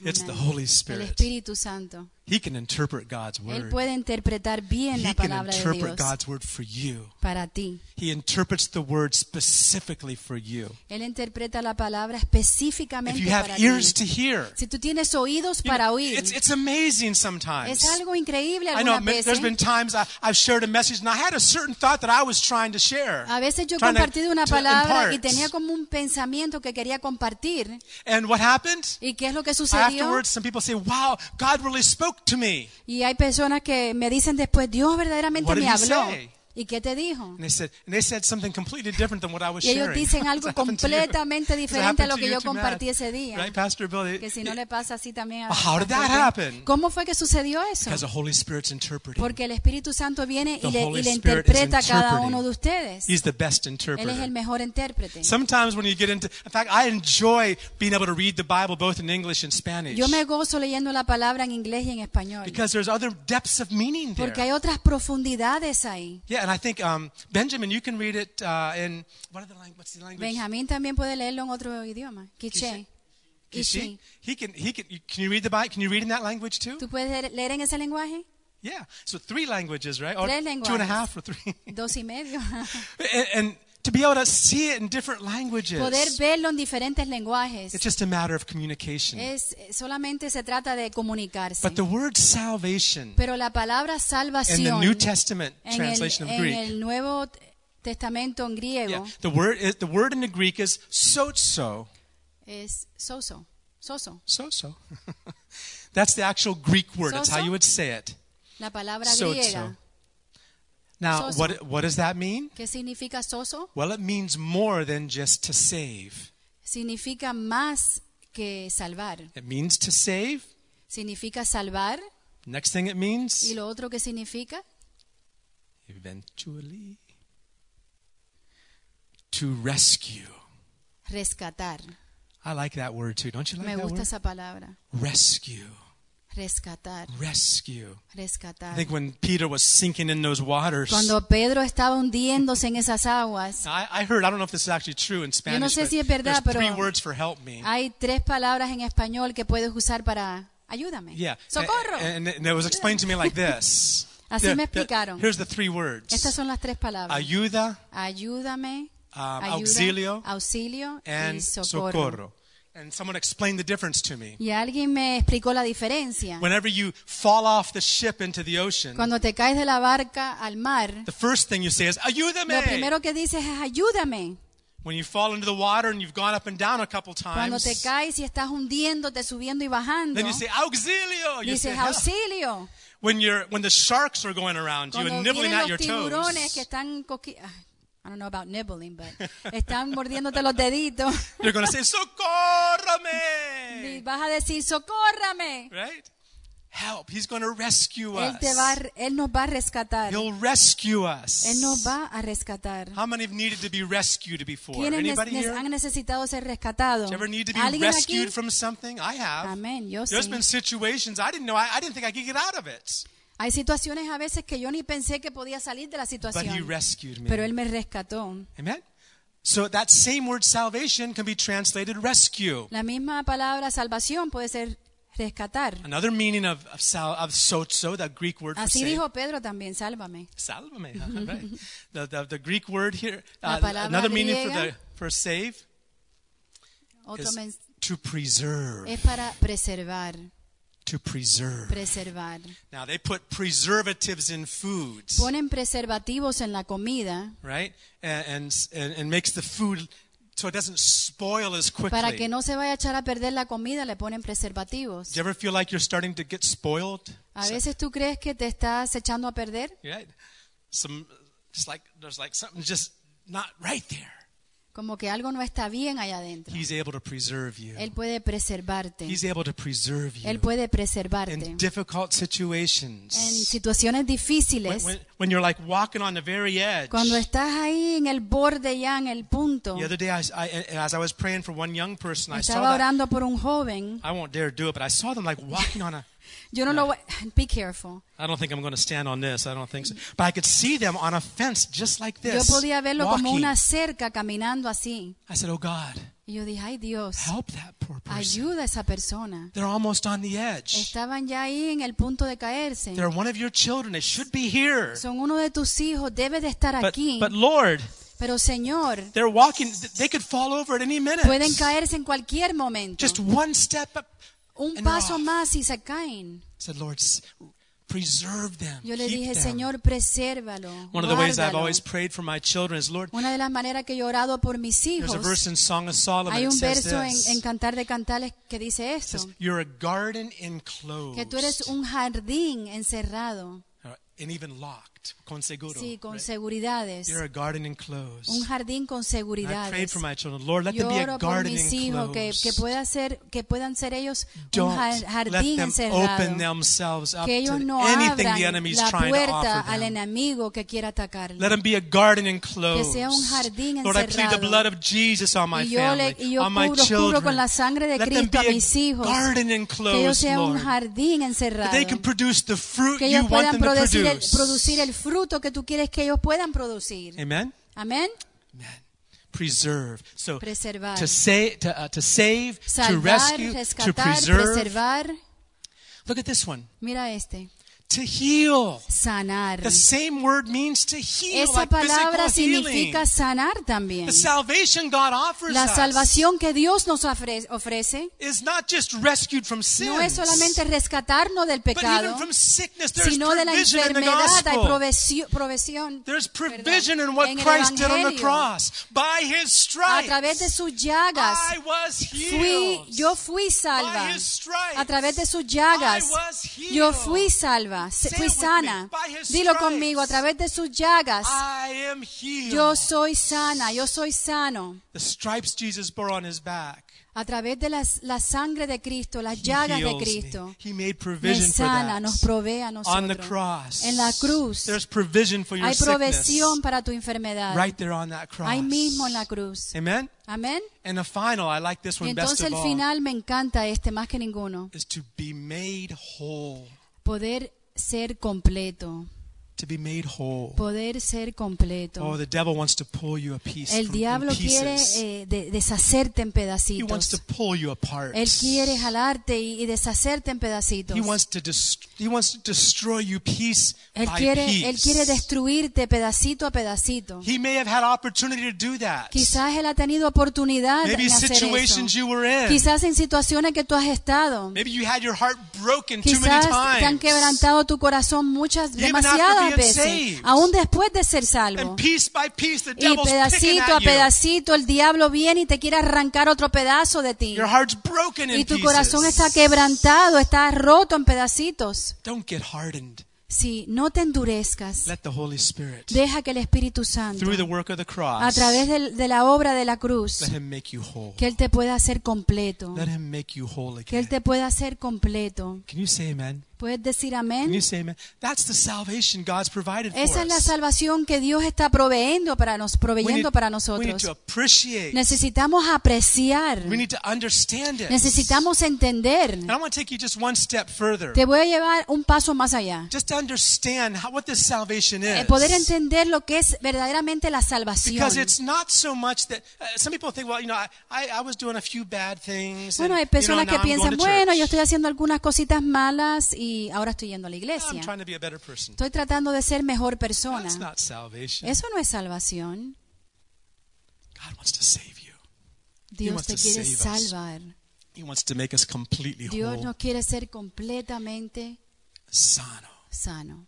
B: It's the
A: Amén.
B: Holy
A: El
B: Spirit.
A: Espíritu Santo.
B: He can interpret God's
A: Él
B: word.
A: puede interpretar bien
B: He
A: la
B: can
A: palabra de
B: interpret
A: Dios
B: God's word for you.
A: para ti.
B: He interprets the word specifically for you.
A: Él interpreta la palabra
B: If
A: específicamente
B: you have
A: para
B: ears
A: ti.
B: to hear,
A: Si tú tienes oídos
B: you know,
A: para oír,
B: it's, it's amazing sometimes.
A: es algo increíble
B: I know
A: algunas
B: ma-
A: veces.
B: there's been times I, I've shared a message and I had a certain thought that I was trying to share.
A: A veces yo he
B: trying to-
A: compartido una
B: to
A: palabra y
B: impart.
A: tenía como un pensamiento que quería compartir.
B: And what happened?
A: ¿Y qué es lo que sucedió?
B: Afterwards, some people say, Wow, God really spoke to me.
A: Y hay personas que me dicen después, Dios verdaderamente
B: What
A: me
B: did he
A: habló.
B: say?
A: ¿Y qué te dijo?
B: And they said, and they said something completely different than what I was
A: Y ellos
B: sharing.
A: dicen algo
B: It's happened to you.
A: completamente
B: It's
A: diferente
B: happened
A: a lo
B: to
A: que
B: you
A: yo
B: too, Matt.
A: compartí ese día.
B: Right, Pastor Bill?
A: Que si no le pasa así también a
B: Well, how did that
A: a-
B: happen?
A: ¿Cómo fue que sucedió eso?
B: Because the Holy Spirit's interpreting.
A: Porque el Espíritu Santo viene
B: The
A: y le,
B: Holy
A: y le
B: Spirit is
A: interpreta a cada
B: interpreting.
A: uno de ustedes.
B: He's the best
A: Él es el
B: interpreter.
A: mejor intérprete.
B: Sometimes when you get into, in fact, I enjoy being able to read the Bible both in English and Spanish
A: Yo me gozo leyendo la palabra en inglés y en español.
B: because there's other depths of meaning
A: Porque
B: there.
A: hay otras profundidades ahí.
B: Yeah, and I think um, Benjamin, you can read it uh, in what are the language? What's the language?
A: Benjamín también puede leerlo en otro idioma. Quiché.
B: Kishi.
A: Quiché.
B: He can. He can. Can you read the Bible? Can you read in that language too?
A: ¿Tú puedes leer- leer en ese lenguaje?
B: Yeah. So three languages, right? Or
A: Tres
B: two and a
A: lenguajes.
B: half or three.
A: Dos y medio.
B: and, and to be able to see it in different languages.
A: Poder verlo en diferentes lenguajes.
B: It's just a matter of communication.
A: Es, eh, solamente se trata de comunicarse.
B: But the word salvation
A: Pero la palabra
B: in the
A: salvación
B: New Testament
A: en, el,
B: translation of
A: en
B: Greek,
A: el Nuevo Testamento en griego
B: yeah, the word is, the word in the Greek is sozo,
A: es soso. Soso.
B: sozo. That's the actual Greek word. That's how
A: Sozo?
B: you would say it.
A: La palabra
B: Sozo.
A: griega.
B: Now,
A: Sozo.
B: what what does that mean?
A: ¿Qué significa soso?
B: Well, it means more than just to save.
A: Significa más que salvar.
B: It means to save.
A: Significa salvar.
B: Next thing it
A: ¿Y
B: means
A: lo otro que significa?
B: eventually to rescue.
A: Rescatar.
B: I like that word too. Don't you like
A: Me
B: that
A: gusta
B: word?
A: esa palabra.
B: Rescue.
A: Rescatar.
B: Rescue. I
A: Rescatar.
B: think when Peter was sinking in those waters,
A: Cuando Pedro estaba hundiéndose en esas aguas,
B: I, I heard, I don't know if this is actually true in Spanish,
A: sé
B: but
A: si es verdad,
B: there's three
A: pero- Ah,
B: words for help me.
A: hay tres palabras en español que puedes usar para ayúdame.
B: yeah. eh,
A: Socorro.
B: And, and it was explained to me like this.
A: Así
B: There-
A: me
B: there-
A: explicaron.
B: here's the three words.
A: Estas son las tres palabras.
B: Ayuda,
A: Ayúdame,
B: um,
A: ayuda,
B: auxilio,
A: auxilio y
B: and
A: socorro.
B: And someone explained the difference to me.
A: Y alguien me explicó la diferencia.
B: Whenever you fall off the ship into the ocean,
A: Cuando te caes de la barca al mar,
B: the first thing you say is
A: lo
B: ayúdame.
A: primero que dices es ayúdame.
B: When you fall into the water and you've gone up and down a couple
A: Cuando te
B: times,
A: caes y estás hundiéndote, subiendo y bajando,
B: then you say auxilio. You say
A: dices
B: help.
A: auxilio.
B: When you're when the sharks are going around you
A: Cuando
B: and nibbling
A: vienen
B: at
A: los
B: your
A: tiburones
B: toes,
A: que están coqui- ah, I don't know about nibbling, but están mordiéndote los deditos
B: you're going to say
A: y
B: socorrame.
A: vas a decir socórrame.
B: Right? Help. He's going to rescue
A: Él te va, a
B: us.
A: re- él nos va a rescatar.
B: He'll rescue us.
A: Él nos va a rescatar.
B: How many have needed to be rescued before?
A: ¿Quiénes
B: Anybody
A: ne-
B: here?
A: han necesitado ser rescatados?
B: Ever need to be
A: ¿Alguien aquí?
B: rescued from something? I have.
A: Amén, yo
B: There's
A: sí.
B: been situations I didn't know. I, I didn't think I could get out of it.
A: Hay situaciones a veces que yo ni pensé que podía salir de la
B: But he
A: situación,
B: rescued me.
A: pero Él me rescató.
B: Amen. So that same word salvation can be translated rescue.
A: La misma palabra salvación puede ser rescatar.
B: Another meaning of of, sal, of sozo, the Greek word for
A: Así
B: save.
A: dijo Pedro también, sálvame.
B: Salvame, huh? right? the, the, the Greek word here.
A: La
B: uh,
A: palabra
B: another meaning for
A: griega.
B: the for save
A: Otro
B: is
A: mens-
B: to preserve.
A: es para preservar,
B: To preserve.
A: preservar.
B: Now they put preservatives in foods.
A: Ponen preservativos en la comida
B: right? And, and and and makes the food so it doesn't spoil as quickly.
A: para que
B: Do
A: no se vaya a echar a perder la comida, le ponen preservativos.
B: you ever feel like you're starting to get spoiled?
A: A
B: So-
A: veces tú crees que te estás echando a perder,
B: right? Some just like there's like something just not right there.
A: como que algo no está bien allá adentro.
B: He's able to preserve you.
A: Él puede preservarte.
B: He's able to preserve you
A: Él puede
B: in
A: preservarte
B: difficult situations.
A: en situaciones
B: when,
A: difíciles.
B: when, when you're like walking on the very edge.
A: Cuando estás ahí en el borde ya, en el punto.
B: The other day, I, s- I- and as I was praying for one young person, I saw
A: Estaba
B: that.
A: orando por un joven.
B: I won't dare do it, but I saw them like walking on a.
A: Yo no lo voy... Be careful.
B: I don't think I'm going to stand on this. I don't think so. But I could see them on a fence just like
A: Yo
B: this.
A: podía verlo como
B: walking.
A: una cerca caminando así.
B: I said, Oh God,
A: Y yo dije, ay Dios,
B: Help that poor person.
A: ayuda a esa persona.
B: They're almost on the edge.
A: Estaban ya ahí en el punto de caerse.
B: They're one of your children. It should be here.
A: Son uno de tus hijos, debe de estar
B: But,
A: aquí.
B: but Lord,
A: Pero Señor,
B: they're walking. They could fall over at any minute.
A: pueden caerse en cualquier momento.
B: Just one step up.
A: Un
B: and
A: paso
B: off.
A: más y se caen.
B: said, Lord, s- preserve them.
A: Yo le
B: keep
A: dije,
B: them.
A: Señor, presérvalo.
B: One of the ways I've
A: guárdalo".
B: always prayed for my children is, Lord,
A: Una de las maneras que yo he orado por mis
B: there's a
A: hijos,
B: verse in Song of Solomon
A: hay
B: that
A: un
B: says
A: verso en,
B: this.
A: en Cantar de Cantales que dice
B: It says,
A: esto,
B: You're a garden enclosed.
A: que tú eres un jardín encerrado,
B: Uh, and even locked. Con seguro.
A: sí, con
B: right?
A: seguridades,
B: You're a garden enclosed.
A: un jardín con
B: And I prayed
A: seguridades.
B: for my children. Lord, let them
A: Yo
B: be a
A: oro por
B: garden
A: mis hijos que, que,
B: enclosed.
A: pueda ser, que puedan ser ellos un
B: Don't
A: jar-
B: let
A: jardín
B: them open
A: encerrado.
B: themselves up
A: Que ellos
B: to
A: no
B: anything the
A: abran
B: enemy's
A: la
B: trying to
A: puerta
B: offer
A: al
B: them.
A: enemigo que quiera
B: Let
A: atacarle.
B: them be a garden enclosed.
A: sea un jardín
B: Lord, I plead the
A: encerrado.
B: blood of Jesus on my
A: Y yo, le,
B: family,
A: y yo
B: on my
A: cubro,
B: children.
A: cubro con la sangre de
B: Let them
A: Cristo a
B: be a
A: mis hijos.
B: garden
A: Que ellos
B: enclosed,
A: sean un
B: Lord.
A: jardín
B: That
A: encerrado.
B: they can
A: Que
B: produce the fruit you
A: ellos
B: want
A: puedan
B: them to
A: producir el,
B: produce.
A: producir el fruto que tú quieres que ellos puedan producir.
B: Amen.
A: Amén.
B: Amen. Preserve. So
A: Preservar.
B: to save, to, uh, to save, to
A: Salvar,
B: rescue, to
A: rescatar,
B: preserve.
A: preservar.
B: Look at this one.
A: Mira este.
B: To heal.
A: Sanar.
B: The same word means to heal,
A: Esa
B: like
A: palabra
B: physical
A: significa
B: healing.
A: sanar también.
B: The salvation God offers
A: La
B: us
A: salvación que Dios nos ofre- ofrece
B: is not just rescued from sin.
A: no es solamente rescatarnos del
B: But even
A: pecado,
B: from sickness, there's
A: sino de la
B: provision in the
A: enfermedad hay
B: gospel.
A: provesio- provisión.
B: There's
A: Perdón.
B: provision in what
A: En el
B: Christ did on the
A: Evangelio,
B: cross. By his
A: A
B: stripes,
A: través de sus llagas,
B: I was
A: fui,
B: healed.
A: yo fui salva.
B: By his stripes,
A: A través de sus llagas,
B: I was healed.
A: yo fui salva, se-
B: Say
A: fui
B: it with
A: sana.
B: me. By his
A: Dilo
B: stripes,
A: conmigo, a través de sus llagas,
B: I am healed.
A: yo soy sana, yo soy sano.
B: the stripes Jesus bore on his back.
A: A través de las- la sangre de Cristo, las
B: He
A: llagas de
B: heals me.
A: Cristo.
B: He made
A: me
B: provision
A: sana,
B: for that.
A: nos provee a
B: on the
A: nosotros.
B: cross,
A: En la cruz
B: there's provision for your
A: hay provisión
B: sickness.
A: para tu enfermedad.
B: Right there on that cross.
A: Ahí mismo en la cruz.
B: Amen.
A: Amén.
B: And the final, I like this
A: Y
B: one best
A: entonces
B: of
A: el
B: all,
A: final me encanta este más que ninguno.
B: is to be made whole.
A: Poder ser completo.
B: To be made whole.
A: Poder ser
B: Oh,
A: completo.
B: the devil wants to pull you a piece.
A: El
B: from- in
A: diablo quiere
B: pieces.
A: eh, de- deshacerte en
B: He wants to
A: pedacitos.
B: pull you apart.
A: Él quiere jalarte y, y deshacerte en pedacitos.
B: He wants to dest- he wants to destroy you piece
A: Él
B: by piece.
A: quiere, él quiere destruirte pedacito a pedacito.
B: He may have had opportunity to do that.
A: Quizás él ha tenido oportunidad
B: Maybe
A: en hacer eso.
B: situations you were in.
A: Quizás en situaciones que tú has estado.
B: Maybe you had your heart broken too many
A: Quizás te han
B: times.
A: quebrantado tu corazón muchas,
B: Even
A: demasiadas
B: after being
A: veces,
B: saved.
A: aún después de ser salvo.
B: And piece by piece, the
A: Y
B: devil's picking
A: pedacito a
B: at you.
A: pedacito el diablo viene y te quiere arrancar otro pedazo de ti.
B: Your heart's broken in
A: Y tu
B: pieces.
A: corazón está quebrantado, está roto en pedacitos.
B: Don't get hardened.
A: Si no te endurezcas,
B: Let the Holy Spirit,
A: deja que el Espíritu Santo,
B: through the work of the
A: a
B: cross,
A: través del- de la obra de la cruz,
B: let Him make you whole.
A: que Él te pueda hacer completo.
B: Let Him make you whole
A: Que
B: again.
A: Él te pueda hacer completo.
B: Can you say Amen?
A: Puedes decir
B: Can
A: amén.
B: you say Amen? That's the salvation God's provided for
A: Esa es la
B: us.
A: salvación que Dios está proveyendo para, nos,
B: We need,
A: proveyendo para
B: we need to
A: nosotros.
B: appreciate.
A: Necesitamos apreciar,
B: We need to understand it.
A: necesitamos entender.
B: And I want to take you just one step further.
A: Te voy a llevar un paso más allá.
B: Just to understand how, what this salvation
A: Eh,
B: is.
A: Poder entender lo que es verdaderamente la salvación.
B: Because it's not so much that uh, some people think, well, you know, I, I, I was doing a few bad things.
A: Bueno,
B: and,
A: hay
B: you
A: personas
B: know,
A: que
B: now I'm going
A: piensan,
B: to
A: bueno,
B: church.
A: yo estoy haciendo algunas cositas malas y ahora estoy yendo a la
B: I'm
A: iglesia.
B: trying to be a better person.
A: Estoy tratando de ser mejor
B: That's
A: persona.
B: not salvation.
A: Eso no es salvación.
B: God wants to save you.
A: Dios
B: wants
A: te
B: to
A: quiere
B: save us.
A: salvar.
B: He wants to make us completely
A: Dios
B: whole.
A: nos quiere ser completamente
B: Sano.
A: sano.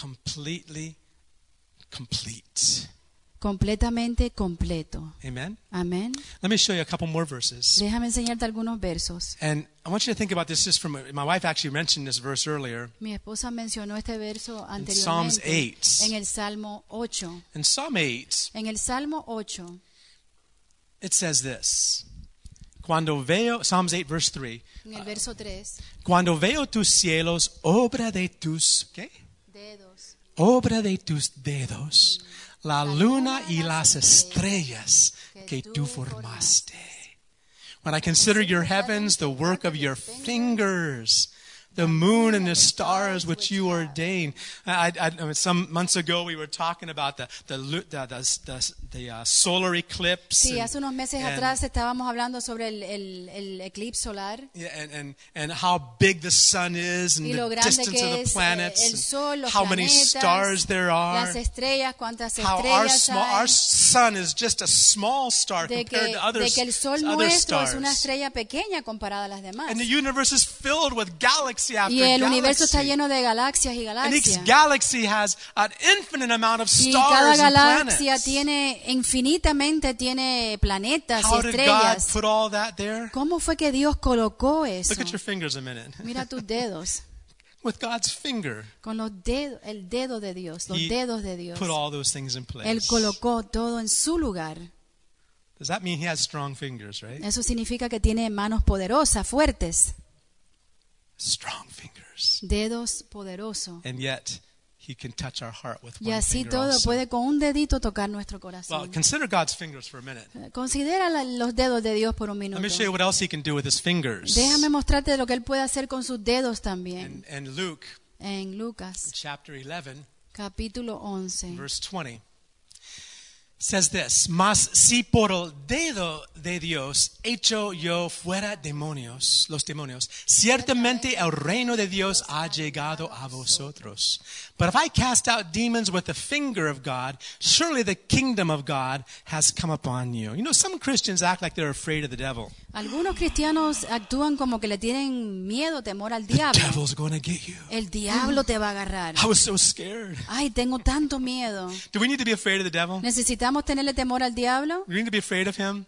B: Completely complete.
A: completamente completo.
B: Amen?
A: Amén.
B: Let me show you a couple more verses.
A: Déjame enseñarte algunos versos.
B: And I want you to think about this just from my wife actually mentioned this verse earlier.
A: Mi esposa mencionó este verso
B: Psalms
A: anteriormente
B: 8.
A: en el Salmo 8.
B: In Psalm 8,
A: En el Salmo 8,
B: it says this. Cuando veo, Psalms 8, verse 3.
A: en el verso
B: Ah.
A: 3,
B: Cuando veo tus cielos, obra de tus, ¿qué?
A: dedos,
B: Obra de tus dedos, la luna y las estrellas que tú formaste. When I consider your heavens, the work of your fingers, the moon and the stars which you ordain. I, I, I mean, some months ago we were talking about the, the, lu- the, the, the, the, uh, solar eclipse.
A: Sí,
B: and-
A: hace unos meses
B: and-
A: atrás estábamos hablando sobre el, el- el eclipse solar
B: Yeah, and, and, and how big the sun is and
A: y lo
B: the
A: grande
B: distance of
A: que
B: the
A: es eh,
B: planets,
A: el
B: and
A: sol, los
B: how many stars
A: planetas,
B: there are,
A: las estrellas, cuántas
B: how our,
A: estrellas
B: small, our
A: hay,
B: sun is just a small star
A: de
B: compared
A: que,
B: to other,
A: de que el sol
B: other
A: nuestro es
B: stars.
A: una estrella pequeña comparada a las demás.
B: And the universe is filled with galaxy after
A: Y el
B: galaxy.
A: universo está lleno de galaxias y
B: and each
A: galaxias.
B: galaxy has an infinite amount of
A: Y
B: stars
A: cada galaxia
B: and planets.
A: tiene infinitamente tiene planetas y
B: How did God
A: estrellas.
B: put all that there?
A: ¿Cómo fue que Dios colocó eso?
B: Look at your fingers a minute.
A: Mira tus dedos,
B: With God's finger,
A: con los dedos, el dedo de Dios, los
B: He
A: dedos de Dios.
B: put all those things in place.
A: Él colocó todo en su lugar.
B: Does that mean He has strong fingers, right?
A: Eso significa que tiene manos poderosas, fuertes,
B: Strong fingers.
A: dedos poderosos.
B: And yet, He can touch our heart with
A: Y
B: one
A: así
B: finger
A: todo
B: also.
A: puede con un dedito tocar nuestro
B: Well,
A: corazón.
B: consider God's fingers for a minute.
A: Considera la- los dedos de Dios por un
B: Let
A: minuto.
B: me show you what else He can do with His fingers.
A: Déjame mostrarte lo que Él puede hacer con sus dedos también.
B: And, and Luke
A: En Lucas
B: chapter 11,
A: capítulo 11,
B: verse 20 says this mas si por el dedo de Dios hecho yo fuera demonios los demonios ciertamente el reino de Dios ha llegado a vosotros but if I cast out demons with the finger of God surely the kingdom of God has come upon you you know some Christians act like they're afraid of the devil
A: algunos cristianos actúan como que le tienen miedo, temor al
B: the
A: diablo.
B: devil's gonna get you
A: El diablo te va a agarrar.
B: I was so scared
A: Ay, tengo tanto miedo.
B: do we need to be afraid of the devil
A: ¿Necesitamos tenerle temor al diablo?
B: do we need to be afraid of him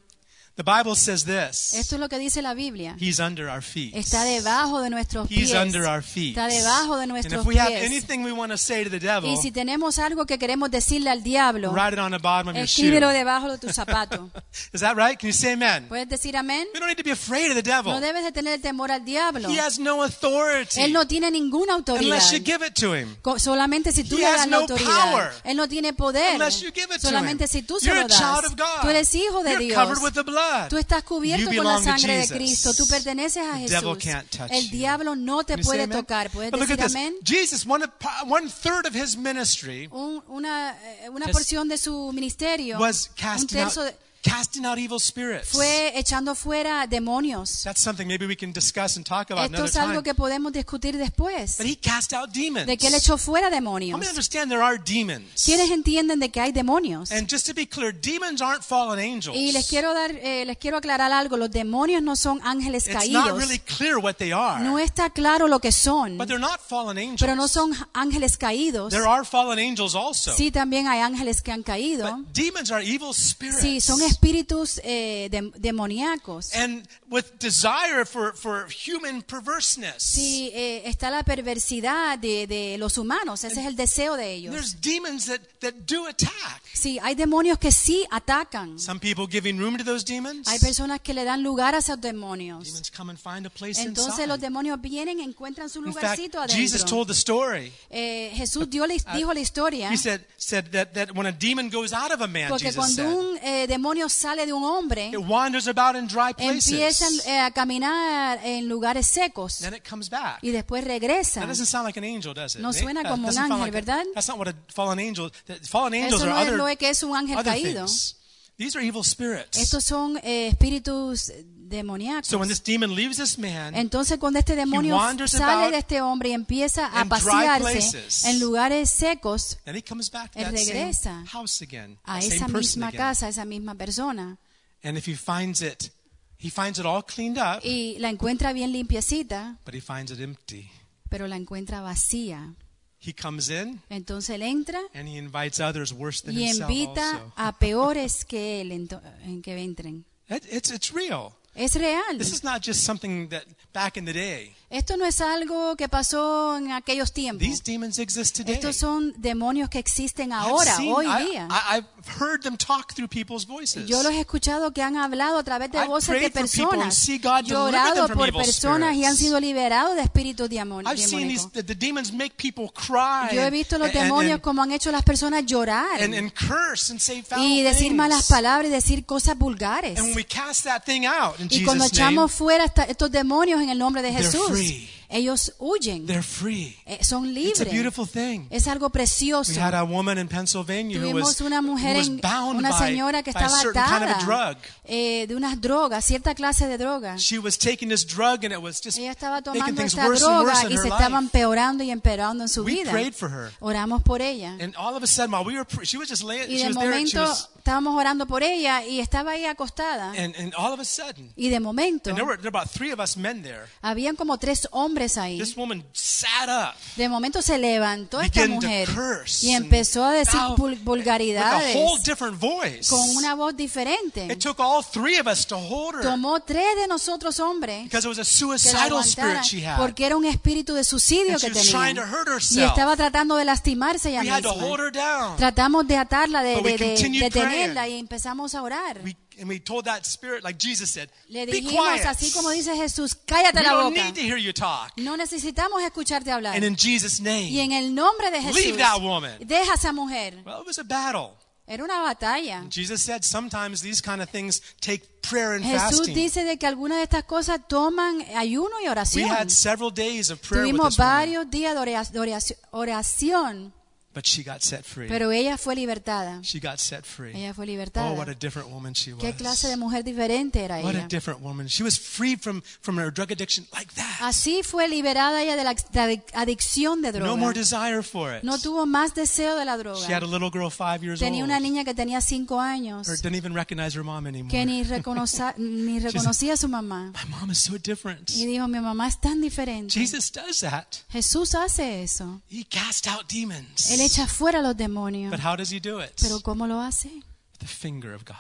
B: the Bible says this
A: Esto es lo que dice la Biblia.
B: He's under our feet.
A: Está debajo de nuestros pies.
B: He's under our feet.
A: Está debajo de
B: and
A: nuestros
B: if we have
A: pies.
B: anything we want to say to the devil,
A: Y si tenemos algo que queremos decirle al diablo,
B: write it on the bottom of your shoe.
A: escríbelo debajo de tu zapato.
B: Is that right? Can you say amen?
A: ¿Puedes decir amén?
B: We don't need to be afraid of the devil.
A: No debes de tener temor al diablo.
B: He has no authority
A: Él no tiene ninguna autoridad.
B: unless you give it to him.
A: Co- Solamente si tú
B: He
A: le das
B: has
A: la
B: no
A: autoridad.
B: power.
A: Él no tiene poder.
B: Unless you give it to
A: Solamente
B: him.
A: si tú se
B: You're
A: lo
B: a child
A: das.
B: of God.
A: Tú eres hijo de
B: You're
A: Dios.
B: covered with the blood.
A: Tú estás
B: You
A: cubierto con la
B: belong to
A: sangre de
B: Jesus.
A: Cristo. Tú perteneces a
B: The devil
A: Jesús.
B: can't touch
A: El
B: you.
A: diablo no te
B: Can you say
A: puede
B: amen?
A: tocar. ¿Puedes
B: But look at
A: decir
B: this.
A: amén?
B: Jesus, one, one third of his ministry
A: Un- una eh, una
B: Just-
A: porción de su ministerio,
B: was
A: un
B: casting out,
A: tercio, de-
B: casting out evil spirits.
A: fue echando fuera demonios.
B: That's something maybe we can discuss and talk about
A: Esto
B: another
A: es algo
B: time.
A: que podemos discutir después.
B: But he cast out demons.
A: De que él echó fuera
B: How
A: demonios.
B: many understand there are demons?
A: ¿Quiénes entienden de que hay demonios?
B: And just to be clear, demons aren't fallen angels.
A: Y les quiero dar, eh, les quiero aclarar algo. Los demonios no son ángeles
B: it's not
A: caídos.
B: really clear what they are.
A: No está claro lo que son,
B: but they're not fallen angels.
A: pero no son ángeles caídos.
B: There are fallen angels also.
A: Sí, también hay ángeles que han caído.
B: But demons are evil spirits.
A: Sí, son espíritus eh, dem- demoníacos.
B: and with desire for, for human perverseness.
A: Sí, eh, está la perversidad de, de los humanos. Ese es el deseo de ellos.
B: There's demons that, that do attack.
A: Sí, hay demonios que sí atacan.
B: Some people giving room to those demons.
A: Hay personas que le dan lugar a esos demonios.
B: demons come and find a place
A: Entonces
B: inside.
A: los demonios vienen, encuentran su
B: In fact,
A: lugarcito adentro.
B: Jesus told the story.
A: Eh, Jesús dio la- dijo la historia
B: He said, said that, that when a demon goes out of a man,
A: porque
B: Jesus
A: cuando
B: said,
A: un eh, demonio sale de un hombre
B: it wanders about in dry
A: empiezan
B: places.
A: eh, a caminar en lugares secos
B: Then it comes back.
A: y después
B: That
A: regresan.
B: doesn't sound like an angel, does it?
A: No
B: Nate?
A: suena
B: That
A: como un
B: doesn't sound
A: ángel,
B: like a-
A: ¿verdad?
B: That's not what a fallen angel. that- Fallen angels
A: Eso
B: are
A: no es
B: other,
A: lo que es un ángel
B: other
A: caído.
B: things. These are evil spirits.
A: Estos son eh, espíritus demoníacos.
B: so when this demon leaves this man,
A: Entonces cuando este demonio
B: wanders
A: sale
B: about
A: de este hombre y empieza a
B: in dry
A: pasearse
B: places.
A: en lugares secos
B: then he comes back to
A: Él
B: that same
A: regresa
B: house again,
A: a
B: same
A: esa
B: person
A: misma
B: again.
A: casa, a esa misma persona
B: And if he finds it, he finds it all cleaned up,
A: y la encuentra bien limpiecita,
B: but he finds it empty.
A: pero la encuentra vacía.
B: He comes in
A: Entonces él entra
B: and he invites others worse than
A: y
B: himself
A: invita
B: also.
A: a peores que él ento- en que entren.
B: It, it's, it's real.
A: Es real.
B: This is not just something that back in the day.
A: Esto no es algo que pasó en aquellos
B: These
A: tiempos.
B: demons exist today.
A: Estos son demonios que existen
B: I've
A: ahora,
B: seen-
A: hoy
B: I,
A: día.
B: have heard them talk through people's voices.
A: Yo los he escuchado que han hablado a través de
B: I've
A: voces de
B: prayed for people and
A: personas.
B: see God
A: Yo he
B: deliver them
A: orado
B: from
A: por
B: evil
A: personas y han
B: spirits.
A: sido liberados de espíritus diamon-
B: I've seen these
A: demoníacos.
B: the, the demons make people cry.
A: Yo he visto los
B: and, and-
A: demonios como han hecho las personas llorar
B: and, and curse and say foul
A: y decir
B: things.
A: malas palabras y decir cosas vulgares.
B: And when we cast that thing out in
A: Y cuando
B: Jesus' name,
A: echamos fuera esta- estos demonios en el nombre de
B: they're
A: Jesús,
B: free.
A: ellos huyen,
B: They're free.
A: eh, son
B: It's a
A: libres.
B: beautiful thing.
A: Es algo
B: We
A: precioso.
B: had a woman in Pennsylvania who was,
A: Tuvimos una
B: who
A: mujer,
B: was
A: en-
B: bound
A: una
B: by-
A: señora que
B: by a
A: estaba
B: certain kind of a
A: atada
B: drug.
A: eh, de unas drogas, cierta clase de drogas.
B: She was taking this drug and it was just
A: Ella estaba
B: making
A: tomando
B: things
A: esta
B: worse and worse
A: droga
B: in
A: y
B: her
A: se
B: life.
A: estaba empeorando y empeorando en su
B: We
A: vida.
B: prayed for her.
A: Oramos por ella.
B: And all of a sudden, while we were, pre- she was just laying,
A: Y
B: she
A: de
B: was there, and, she
A: momento
B: was,
A: estábamos orando por ella y estaba ahí acostada.
B: and, and all of a sudden,
A: Y de momento
B: and there were, there were about three of us men there.
A: habían como tres hombres ahí.
B: This woman sat up,
A: De momento se levantó esta
B: began to
A: mujer
B: curse,
A: y empezó a decir
B: and
A: vul-
B: with a whole
A: vulgaridades
B: different voice.
A: con una voz diferente.
B: It took all three of us to hold her
A: Tomó tres de nosotros hombres
B: because it was a
A: que la
B: suicidal
A: aguantaran
B: spirit she had.
A: porque era un espíritu de suicidio
B: And
A: que
B: she was trying to
A: tenía
B: hurt
A: y
B: herself.
A: estaba tratando de lastimarse ella
B: We had to hold
A: misma.
B: her down.
A: Tratamos de atarla, de,
B: But we
A: de- de-
B: continued
A: de tenerla
B: praying.
A: y empezamos a orar.
B: We, and we told that spirit, like Jesus said,
A: Le
B: be
A: dijimos
B: quiet.
A: así como dice Jesús,
B: we
A: cállate la
B: don't
A: boca.
B: need to hear you talk.
A: No necesitamos escucharte hablar.
B: And in Jesus' name.
A: Y en el nombre de Jesús,
B: Leave that woman.
A: deja a esa mujer.
B: Well, it was a battle.
A: Era una batalla.
B: Jesus said sometimes these kind of things take prayer and
A: Jesús
B: fasting.
A: dice de que algunas de estas cosas toman ayuno y
B: we
A: oración.
B: had several days of prayer with
A: Tuvimos
B: this woman,
A: varios días de orea- de oración- oración,
B: but she got set free.
A: pero ella fue libertada.
B: she got set free.
A: Ella fue
B: oh, what
A: libertada.
B: a different woman she was.
A: Qué clase de mujer diferente era
B: what a
A: ella.
B: different woman. She was free from, from her drug addiction like that.
A: Así fue liberada ella de la de la adicción de
B: No more
A: droga.
B: desire for it.
A: No tuvo más deseo de la
B: she had a
A: droga.
B: little girl five years
A: Tenía
B: old.
A: una niña que tenía cinco
B: Her-
A: años
B: didn't even recognize her mom anymore.
A: que ni, reconoza- ni reconocía a su mamá.
B: My mom is so different.
A: Y dijo, mi mamá es tan diferente.
B: Jesus does that.
A: Jesús hace eso.
B: He casts out demons.
A: Él echa fuera los
B: But
A: demonios.
B: how does he do it?
A: Pero ¿cómo lo hace?
B: With the finger of God.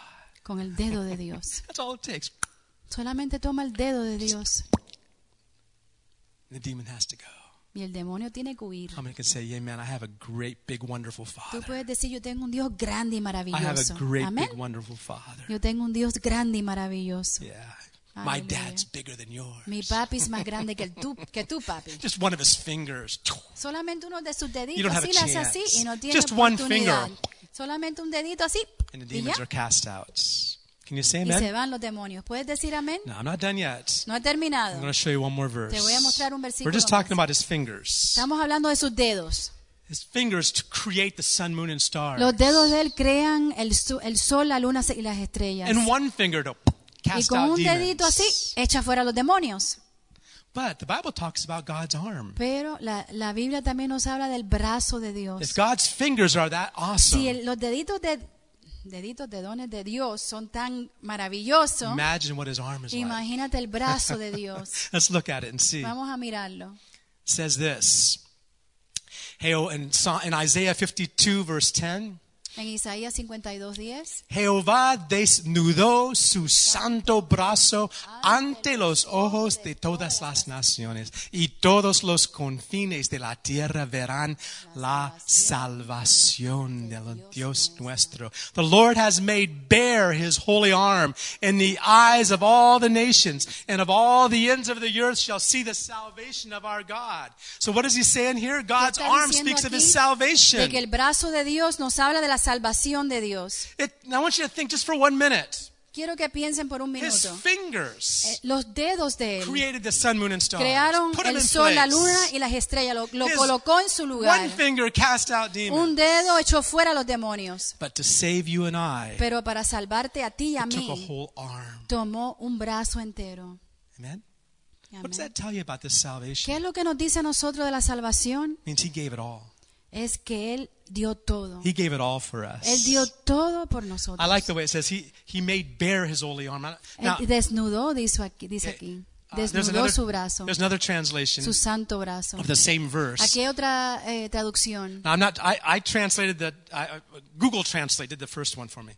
A: Con el dedo de Dios.
B: That's all it takes.
A: Solamente toma el dedo de Dios
B: The demon has to go.
A: y el demonio tiene que huir.
B: How many can say, "Yeah, man, I have a great, big, wonderful
A: Tú
B: Father.
A: puedes decir, yo tengo un Dios grande y
B: I have a
A: maravilloso.
B: great,
A: Amén.
B: big, wonderful Father."
A: Yo tengo un Dios grande y maravilloso.
B: Yeah, my
A: Hallelujah.
B: dad's bigger than yours.
A: Mi papi es más grande que, el tú, que tu papi.
B: Just one of his fingers.
A: Solamente uno de sus
B: You don't
A: deditos
B: have
A: así le
B: a
A: hace
B: chance.
A: así y no tiene
B: Just one
A: oportunidad.
B: finger.
A: Solamente un dedito así
B: And the
A: y ya.
B: demons are cast out. Can you say
A: Y se
B: amen?
A: van los demonios. ¿Puedes decir amén?
B: No, I'm not done yet.
A: No he
B: I'm
A: terminado.
B: going to show you one more verse.
A: Te voy a mostrar un
B: We're
A: versículo
B: just talking
A: más.
B: about his fingers.
A: Estamos hablando de sus dedos.
B: His fingers to create the sun, moon, and stars.
A: Los dedos de él crean el, su- el sol, la luna y las estrellas.
B: And one finger to
A: Y
B: cast
A: con
B: out
A: un dedito así, eh.
B: demons.
A: echa fuera los demonios.
B: But the Bible talks about God's arm.
A: Pero la, la Biblia también nos habla del brazo de
B: If
A: Dios.
B: God's fingers are that awesome,
A: Si el- los deditos de deditos de dones de Dios son tan maravillosos,
B: imagine what his arm is like.
A: imagínate el brazo de Dios.
B: Let's look at it and see.
A: Vamos a mirarlo.
B: It says this. Heo in, Psa- in Isaiah 52 verse 10.
A: En Isaías 52:10,
B: Jehová desnudó su santo brazo ante los ojos de todas las naciones y todos los confines de la tierra verán la salvación del Dios nuestro. The Lord has made bare his holy arm in the eyes of all the nations and of all the ends of the earth shall see the salvation of our God. So what is he saying here? God's
A: está
B: arm
A: diciendo
B: speaks of his
A: aquí de
B: salvation.
A: que el brazo de Dios nos habla de la salvación de Dios.
B: It, I want you to think just for one minute.
A: Quiero que piensen por un
B: His
A: minuto. Eh,
B: fingers
A: Los dedos de él
B: created the sun, moon, and stars.
A: crearon
B: Put 'em
A: el
B: in
A: sol, la
B: place.
A: luna y las estrellas. Lo, lo
B: His
A: colocó en su lugar.
B: One finger cast out demons.
A: Un dedo echó fuera a los demonios.
B: But to save you and I,
A: Pero para salvarte a ti y a
B: it took a
A: mí,
B: whole arm.
A: tomó un brazo entero.
B: Amen? What
A: Amén.
B: does that tell you about this salvation?
A: ¿Qué es lo que nos dice a nosotros de la salvación?
B: It means he gave it all.
A: Es que Él dio todo.
B: He gave it all for us.
A: Él dio todo por
B: I
A: nosotros.
B: like the way it says he, he made bare his holy arm. I- Now,
A: Él desnudó, dice aquí, dice aquí.
B: uh, there's,
A: Desnudó
B: another,
A: su brazo,
B: there's another translation
A: su santo brazo.
B: of the same verse.
A: Aquí hay otra eh, traducción.
B: Now, I'm not, I, I translated the, I, I- Google translated the first one for me.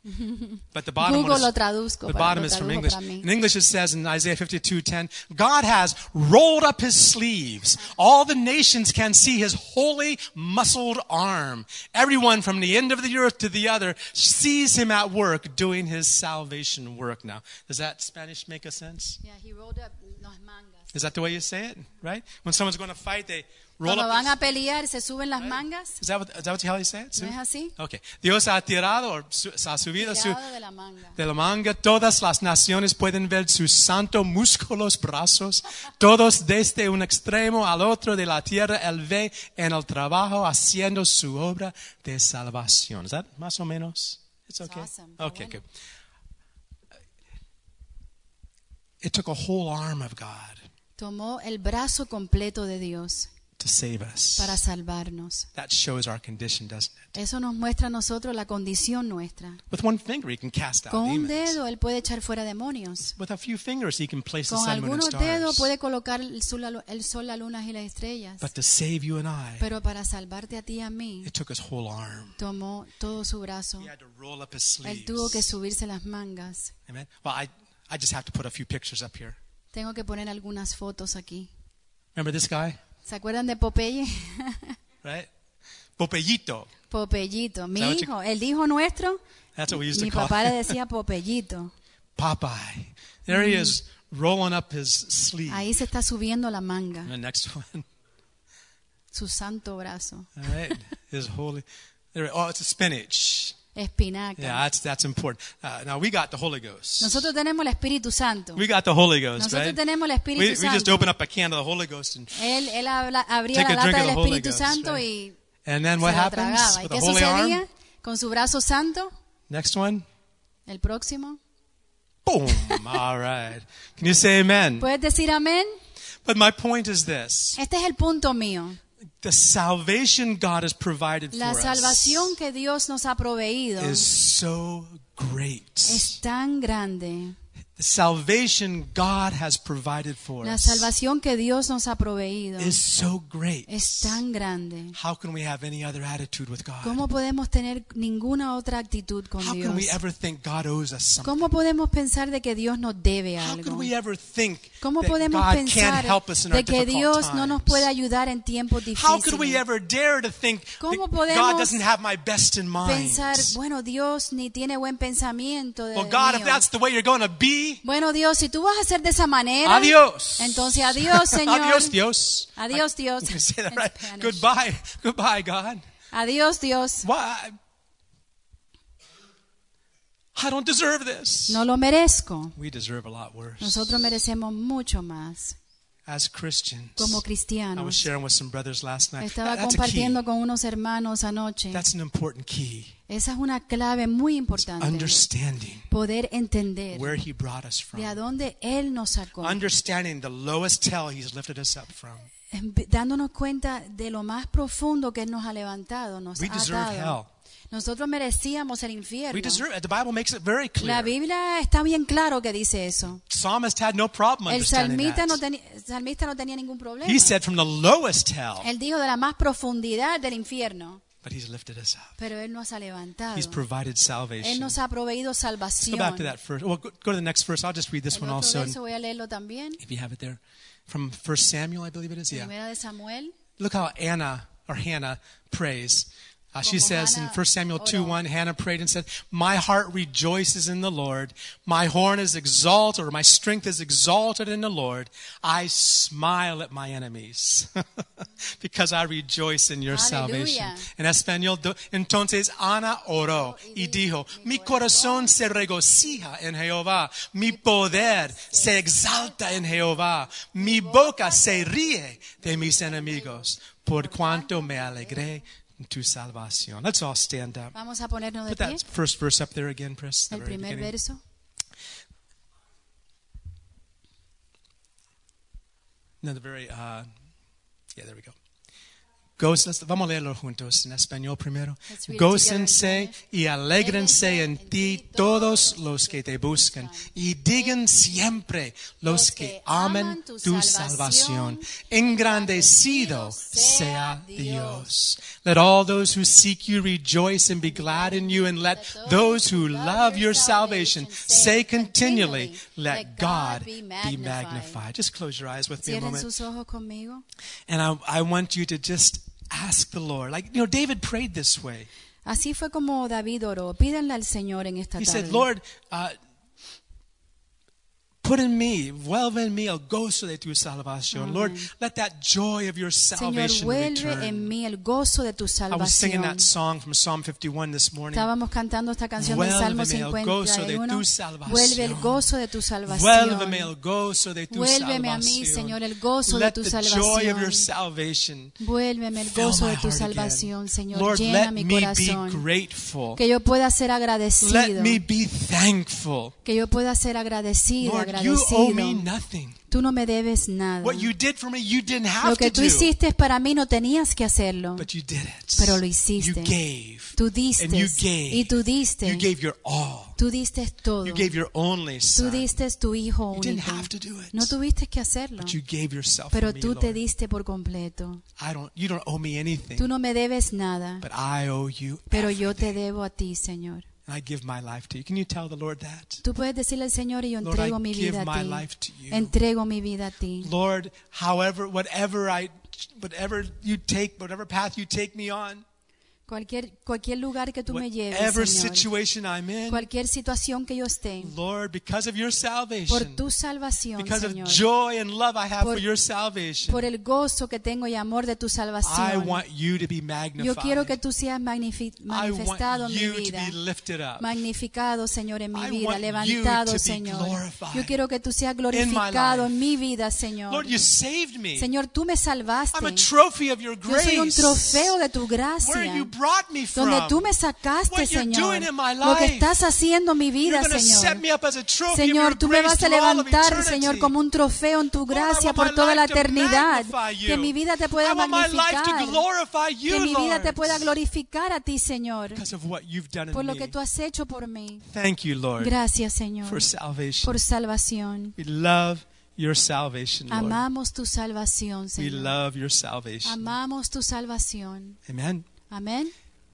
B: But the bottom
A: Google
B: one
A: lo
B: is,
A: traduzco.
B: the
A: para-
B: bottom
A: lo
B: is from
A: tradujo
B: English.
A: para mí.
B: In English, it says in Isaiah 52:10, God has rolled up his sleeves. All the nations can see his holy, muscled arm. Everyone from the end of the earth to the other sees him at work doing his salvation work. Now, does that Spanish make a sense?
A: Yeah, he rolled up las mangas.
B: Is that the way you say it? Right? When someone's going to fight, they Roll
A: Cuando
B: up
A: van
B: your-
A: a pelear, se suben las mangas.
B: Is that, what, is that what- how you say it? Sue?
A: ¿No es así?
B: Okay. Dios ha tirado, o su- ha subido su,
A: Tirado de la manga.
B: de la manga. Todas las naciones pueden ver sus santos músculos, brazos. Todos desde un extremo al otro de la tierra, él ve en el trabajo haciendo su obra de salvación. ¿Es más o menos? It's okay.
A: awesome. Qué
B: Okay,
A: bueno.
B: good. It took a whole arm of God
A: Tomó el brazo completo de Dios
B: to save us.
A: para salvarnos.
B: That shows our condition, doesn't it?
A: Eso nos muestra a nosotros la condición nuestra.
B: With one finger, he can cast out
A: Con un
B: demons.
A: dedo él puede echar fuera demonios.
B: With a few fingers, he can place the
A: Con
B: sun, moon, and
A: algunos
B: stars.
A: dedos puede colocar el sol, la lu- el sol, las lunas y las estrellas.
B: But to save you and I,
A: Pero para salvarte a ti y a mí,
B: it took his whole arm.
A: tomó todo su brazo.
B: He had to roll up his
A: Él tuvo que
B: sleeves.
A: subirse las mangas.
B: Amen. Well, I, I just have to put a few pictures up here.
A: Tengo que poner algunas fotos aquí.
B: Remember this guy,
A: ¿Se acuerdan de Popeye?
B: right? Popeyito.
A: Popeyito, mi
B: what you-
A: hijo, el hijo nuestro.
B: That's what we used
A: Mi
B: to call
A: papá le
B: him.
A: decía Popeyito.
B: Popeye. There he is, rolling up his sleeve.
A: Ahí se está subiendo la manga,
B: And the next one,
A: su santo brazo.
B: all right, his holy. There, oh, it's a spinach.
A: Espinaca.
B: Yeah, that's that's important. Uh, now we got the Holy Ghost.
A: Nosotros tenemos el Espíritu Santo.
B: we got the Holy Ghost,
A: Nosotros
B: right?
A: tenemos el
B: We,
A: Espíritu
B: we just
A: Santo.
B: open up a can of the Holy Ghost and
A: Él, él habla- abría
B: Take
A: la
B: a drink
A: lata del
B: of the Holy
A: Espíritu
B: Ghost,
A: Santo
B: right.
A: y
B: And then
A: se
B: what
A: la
B: happens
A: tragaba. ¿Y
B: with the
A: qué
B: holy
A: sucedía
B: arm?
A: con su brazo santo?
B: Next one.
A: El próximo.
B: Boom. All right. Can you say amen?
A: ¿Puedes decir amén?
B: But my point is this.
A: Este es el punto mío.
B: The salvation God has provided for
A: La salvación
B: us
A: que Dios nos ha proveído
B: is so great.
A: es tan grande.
B: The salvation God has provided for
A: La
B: us
A: salvación que Dios nos ha proveído
B: is so great.
A: es tan grande.
B: How can we have any other attitude with God?
A: ¿Cómo podemos tener ninguna otra actitud con
B: How can
A: Dios?
B: we ever think God owes us something?
A: ¿Cómo podemos pensar de que Dios nos debe
B: How can
A: algo?
B: we ever think
A: ¿Cómo
B: that
A: podemos
B: God can't
A: pensar
B: help us in our
A: de que
B: difficult
A: Dios no nos
B: times?
A: puede ayudar en tiempos
B: How could we
A: difíciles?
B: ever dare to think
A: ¿Cómo
B: that God
A: podemos
B: doesn't have my best in mind?
A: Pensar, bueno, Dios ni tiene buen pensamiento de
B: Well, God, if
A: mío.
B: that's the way you're going to be,
A: Bueno, Dios, si tú vas a hacer de esa manera,
B: adios.
A: entonces adiós, Señor.
B: adios, Dios.
A: Adiós,
B: I-
A: Dios.
B: You can say that
A: In
B: right.
A: Spanish.
B: Goodbye. Goodbye, God.
A: Adiós, Dios.
B: Why? I don't deserve this.
A: No lo merezco.
B: We deserve a lot worse.
A: Nosotros merecemos mucho más
B: As Christians,
A: como
B: I was
A: cristianos.
B: sharing with some brothers last night.
A: Estaba
B: That's a key.
A: compartiendo con unos hermanos anoche.
B: That's an important key.
A: Esa es una clave muy importante.
B: Understanding
A: Poder entender
B: where He brought us from.
A: de a dónde Él nos sacó.
B: understanding the lowest hell he's lifted us up from.
A: Dándonos cuenta de lo más profundo que Él nos ha levantado, nos
B: We
A: ha
B: deserve
A: atado. Nosotros merecíamos el infierno.
B: We deserve it. The Bible makes it very
A: La
B: clear.
A: Biblia está bien claro que dice eso.
B: Psalmist had no problem
A: El
B: understanding
A: salmista
B: that.
A: no, teni- el salmista no tenía ningún problema.
B: he said from the lowest hell,
A: Él dijo de la más profundidad del infierno,
B: but he's lifted us up.
A: pero Él nos ha levantado.
B: He's provided
A: Él
B: salvation.
A: nos ha proveído
B: Let's go
A: salvación.
B: back to that first. Well, go, go to the next verse. I'll just read this
A: El
B: one
A: otro
B: also,
A: verso voy a leerlo también.
B: if you have it there. From First Samuel, I believe it is. Yeah.
A: Primera de Samuel.
B: Look how Anna or Hannah prays. Uh, she
A: Como
B: says in
A: Hannah
B: 1 Samuel 2
A: oró.
B: 1, Hannah prayed and said, My heart rejoices in the Lord. My horn is exalted, or my strength is exalted in the Lord. I smile at my enemies because I rejoice in your salvation.
A: Aleluya.
B: En español, do- entonces Ana oró y dijo, Mi corazón se regocija en Jehová. Mi poder se exalta en Jehová. Mi boca se ríe de mis enemigos. Por cuanto me alegré en tu salvación. Let's all stand up.
A: Vamos a ponernos de
B: Put
A: pie.
B: that first verse up there again, Chris. the
A: El
B: very
A: primer
B: beginning.
A: verso.
B: No, the very, uh, yeah, there we go. Gozas, vamos a leerlo juntos en español primero.
A: Let's read it together
B: Gócense
A: in Spanish.
B: y alégrense en ti todos los que te buscan y digan siempre los que aman tu salvación. Engrandecido sea Dios. Let all those who seek you rejoice and be glad in you, and let those who love your salvation say continually, Let God be magnified. Just close your eyes with me a
A: Cierren
B: moment.
A: sus ojos conmigo.
B: And I, I want you to just ask the Lord. Like, you know, David prayed this way.
A: Así fue como David oró. Pídanle al Señor en esta
B: He
A: tarde.
B: said, Lord, uh, Put in me, vuelve en mí el gozo de tu salvación. Lord, let that joy of your
A: Señor,
B: salvation
A: vuelve en
B: return.
A: mí el gozo de tu
B: I was singing
A: salvación.
B: that song from Psalm 51 this morning.
A: Estábamos cantando esta canción del Salmo
B: Vuélveme el gozo de
A: 51.
B: tu salvación.
A: Vuelve el gozo de tu
B: Vuélveme
A: salvación.
B: el gozo de tu
A: Vuélveme a mí,
B: salvación.
A: Señor, el gozo de
B: Let
A: tu
B: the joy of your
A: salvación.
B: salvation
A: Vuélveme el
B: fill
A: gozo
B: my
A: de tu
B: heart again.
A: salvación, Señor.
B: Lord,
A: Llena
B: let
A: mi
B: me be
A: corazón.
B: grateful.
A: Que yo pueda ser
B: Let
A: agradecido.
B: me be thankful.
A: Que yo pueda ser agradecido,
B: Lord, you owe me
A: agradecido.
B: nothing.
A: Tú no me debes nada.
B: What you did for me, you didn't
A: Lo
B: have
A: que
B: to
A: tú
B: do.
A: hiciste para mí no tenías que hacerlo.
B: But you did it.
A: Pero lo hiciste.
B: You gave.
A: Tú diste.
B: And you gave.
A: Y tú diste.
B: You gave your all.
A: Tú diste todo.
B: You gave your only
A: Tú
B: son.
A: diste tu hijo
B: You didn't
A: único.
B: have to do it.
A: No tuviste que hacerlo.
B: But you gave yourself
A: Pero
B: to me,
A: tú te
B: Lord.
A: diste por completo.
B: I don't, you don't owe me anything.
A: Tú no me debes nada.
B: But I owe you
A: Pero yo
B: everything.
A: te debo a ti, Señor.
B: And I give my life to you. Can you tell the Lord that?
A: Tú puedes decirle al Señor y yo
B: Lord,
A: entrego
B: I
A: mi
B: give
A: vida
B: my
A: a
B: life to
A: ti.
B: you.
A: Entrego mi vida a ti.
B: Lord, however, whatever I, whatever you take, whatever path you take me on,
A: Cualquier, cualquier lugar que tú me
B: whatever
A: lleves, Señor.
B: situation I'm in,
A: Cualquier situación que yo esté.
B: Lord, because of your
A: Por
B: salvation,
A: tu salvación,
B: because of
A: Señor.
B: joy and love I have
A: Por-
B: for your salvation,
A: Por el gozo que tengo y amor de tu
B: I
A: salvación.
B: want you to be
A: Yo quiero que
B: magnified.
A: tú seas magnifi-
B: I
A: manifestado
B: want
A: en mi
B: you to
A: vida.
B: be lifted up.
A: Magnificado, Señor, en mi
B: I
A: vida.
B: want you to
A: Levantado,
B: be
A: Señor.
B: glorified
A: Yo quiero que tú seas
B: my
A: glorificado
B: life.
A: en mi vida, Señor.
B: Lord, you saved me.
A: Señor, tú me salvaste.
B: I'm a trophy of your
A: Yo soy un
B: grace.
A: trofeo de tu
B: Where you
A: gracia.
B: brought me
A: Donde
B: from.
A: tú me sacaste,
B: What you're
A: Señor.
B: doing in my
A: Lo que
B: life.
A: estás haciendo en mi vida,
B: You're gonna set
A: Señor.
B: me up as a trophy of your
A: Señor, tú me
B: grace
A: vas a
B: for all of
A: levantar,
B: eternity.
A: Señor, como un trofeo en tu
B: Lord, I
A: gracia
B: want
A: por
B: my
A: toda la
B: life to
A: eternidad.
B: magnify you.
A: Que mi vida te pueda
B: I want my life to
A: magnificar.
B: glorify you,
A: Que mi vida
B: Lord,
A: te pueda glorificar a ti, Señor,
B: Because of what you've done in
A: por lo
B: me.
A: que tú has hecho por mí.
B: Thank you, Lord,
A: Gracias, Señor,
B: for salvation.
A: por salvación.
B: We love your salvation, Lord.
A: Amamos tu salvación,
B: We
A: Señor.
B: love your salvation.
A: Amamos tu salvación.
B: Amen.
A: Amén.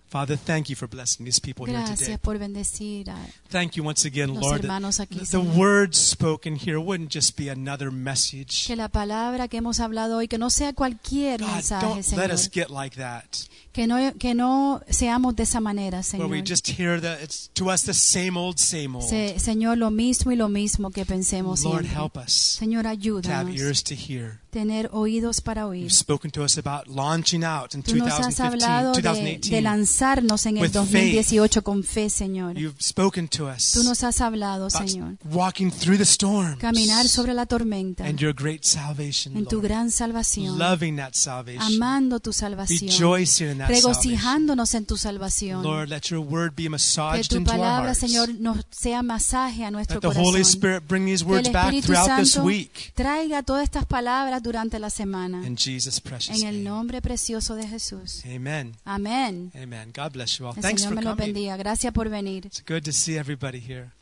B: Father, thank you for blessing these people here today.
A: Gracias por bendecir. a-
B: Thank you once again,
A: los
B: Lord. that
A: hermanos aquí,
B: the
A: Señor.
B: words spoken here wouldn't just be another message.
A: Que la palabra que hemos hablado hoy, que no sea cualquier
B: God,
A: mensaje,
B: don't
A: Señor.
B: let us get like that,
A: Que no, que no seamos de esa manera,
B: where
A: Señor.
B: we just hear that it's to us the same old, same old.
A: Se- Señor, lo mismo y lo mismo que pensemos
B: Lord,
A: siempre.
B: help us
A: Señor,
B: to have
A: ayúdanos
B: ears to hear.
A: tener oídos para oír.
B: You've spoken to us about launching out in
A: Tú nos has
B: 2015,
A: hablado de, de
B: 2018.
A: lanzarnos en el
B: With
A: 2018 con fe, Señor.
B: You've spoken to us
A: Tú nos has hablado,
B: about
A: Señor.
B: walking through the storm
A: Caminar sobre la tormenta
B: and your great salvation,
A: en tu
B: Lord.
A: gran salvación,
B: loving that salvation,
A: amando tu salvación,
B: rejoicing in that salvation.
A: regocijándonos en tu salvación.
B: Lord, let your word be
A: Que
B: massaged
A: tu
B: into our
A: palabra,
B: hearts.
A: Señor, nos sea masaje a nuestro
B: Let the Holy
A: corazón.
B: Spirit bring these
A: Que el
B: words back
A: Espíritu
B: throughout this
A: Santo
B: week.
A: traiga todas estas palabras durante la semana.
B: In Jesus' precious
A: En el
B: name.
A: nombre precioso de Jesús.
B: Amen.
A: Amén.
B: Amen. God bless you all.
A: El
B: Thanks
A: Señor
B: for
A: me lo
B: coming.
A: bendiga. Gracias por venir.
B: It's good to see everybody here.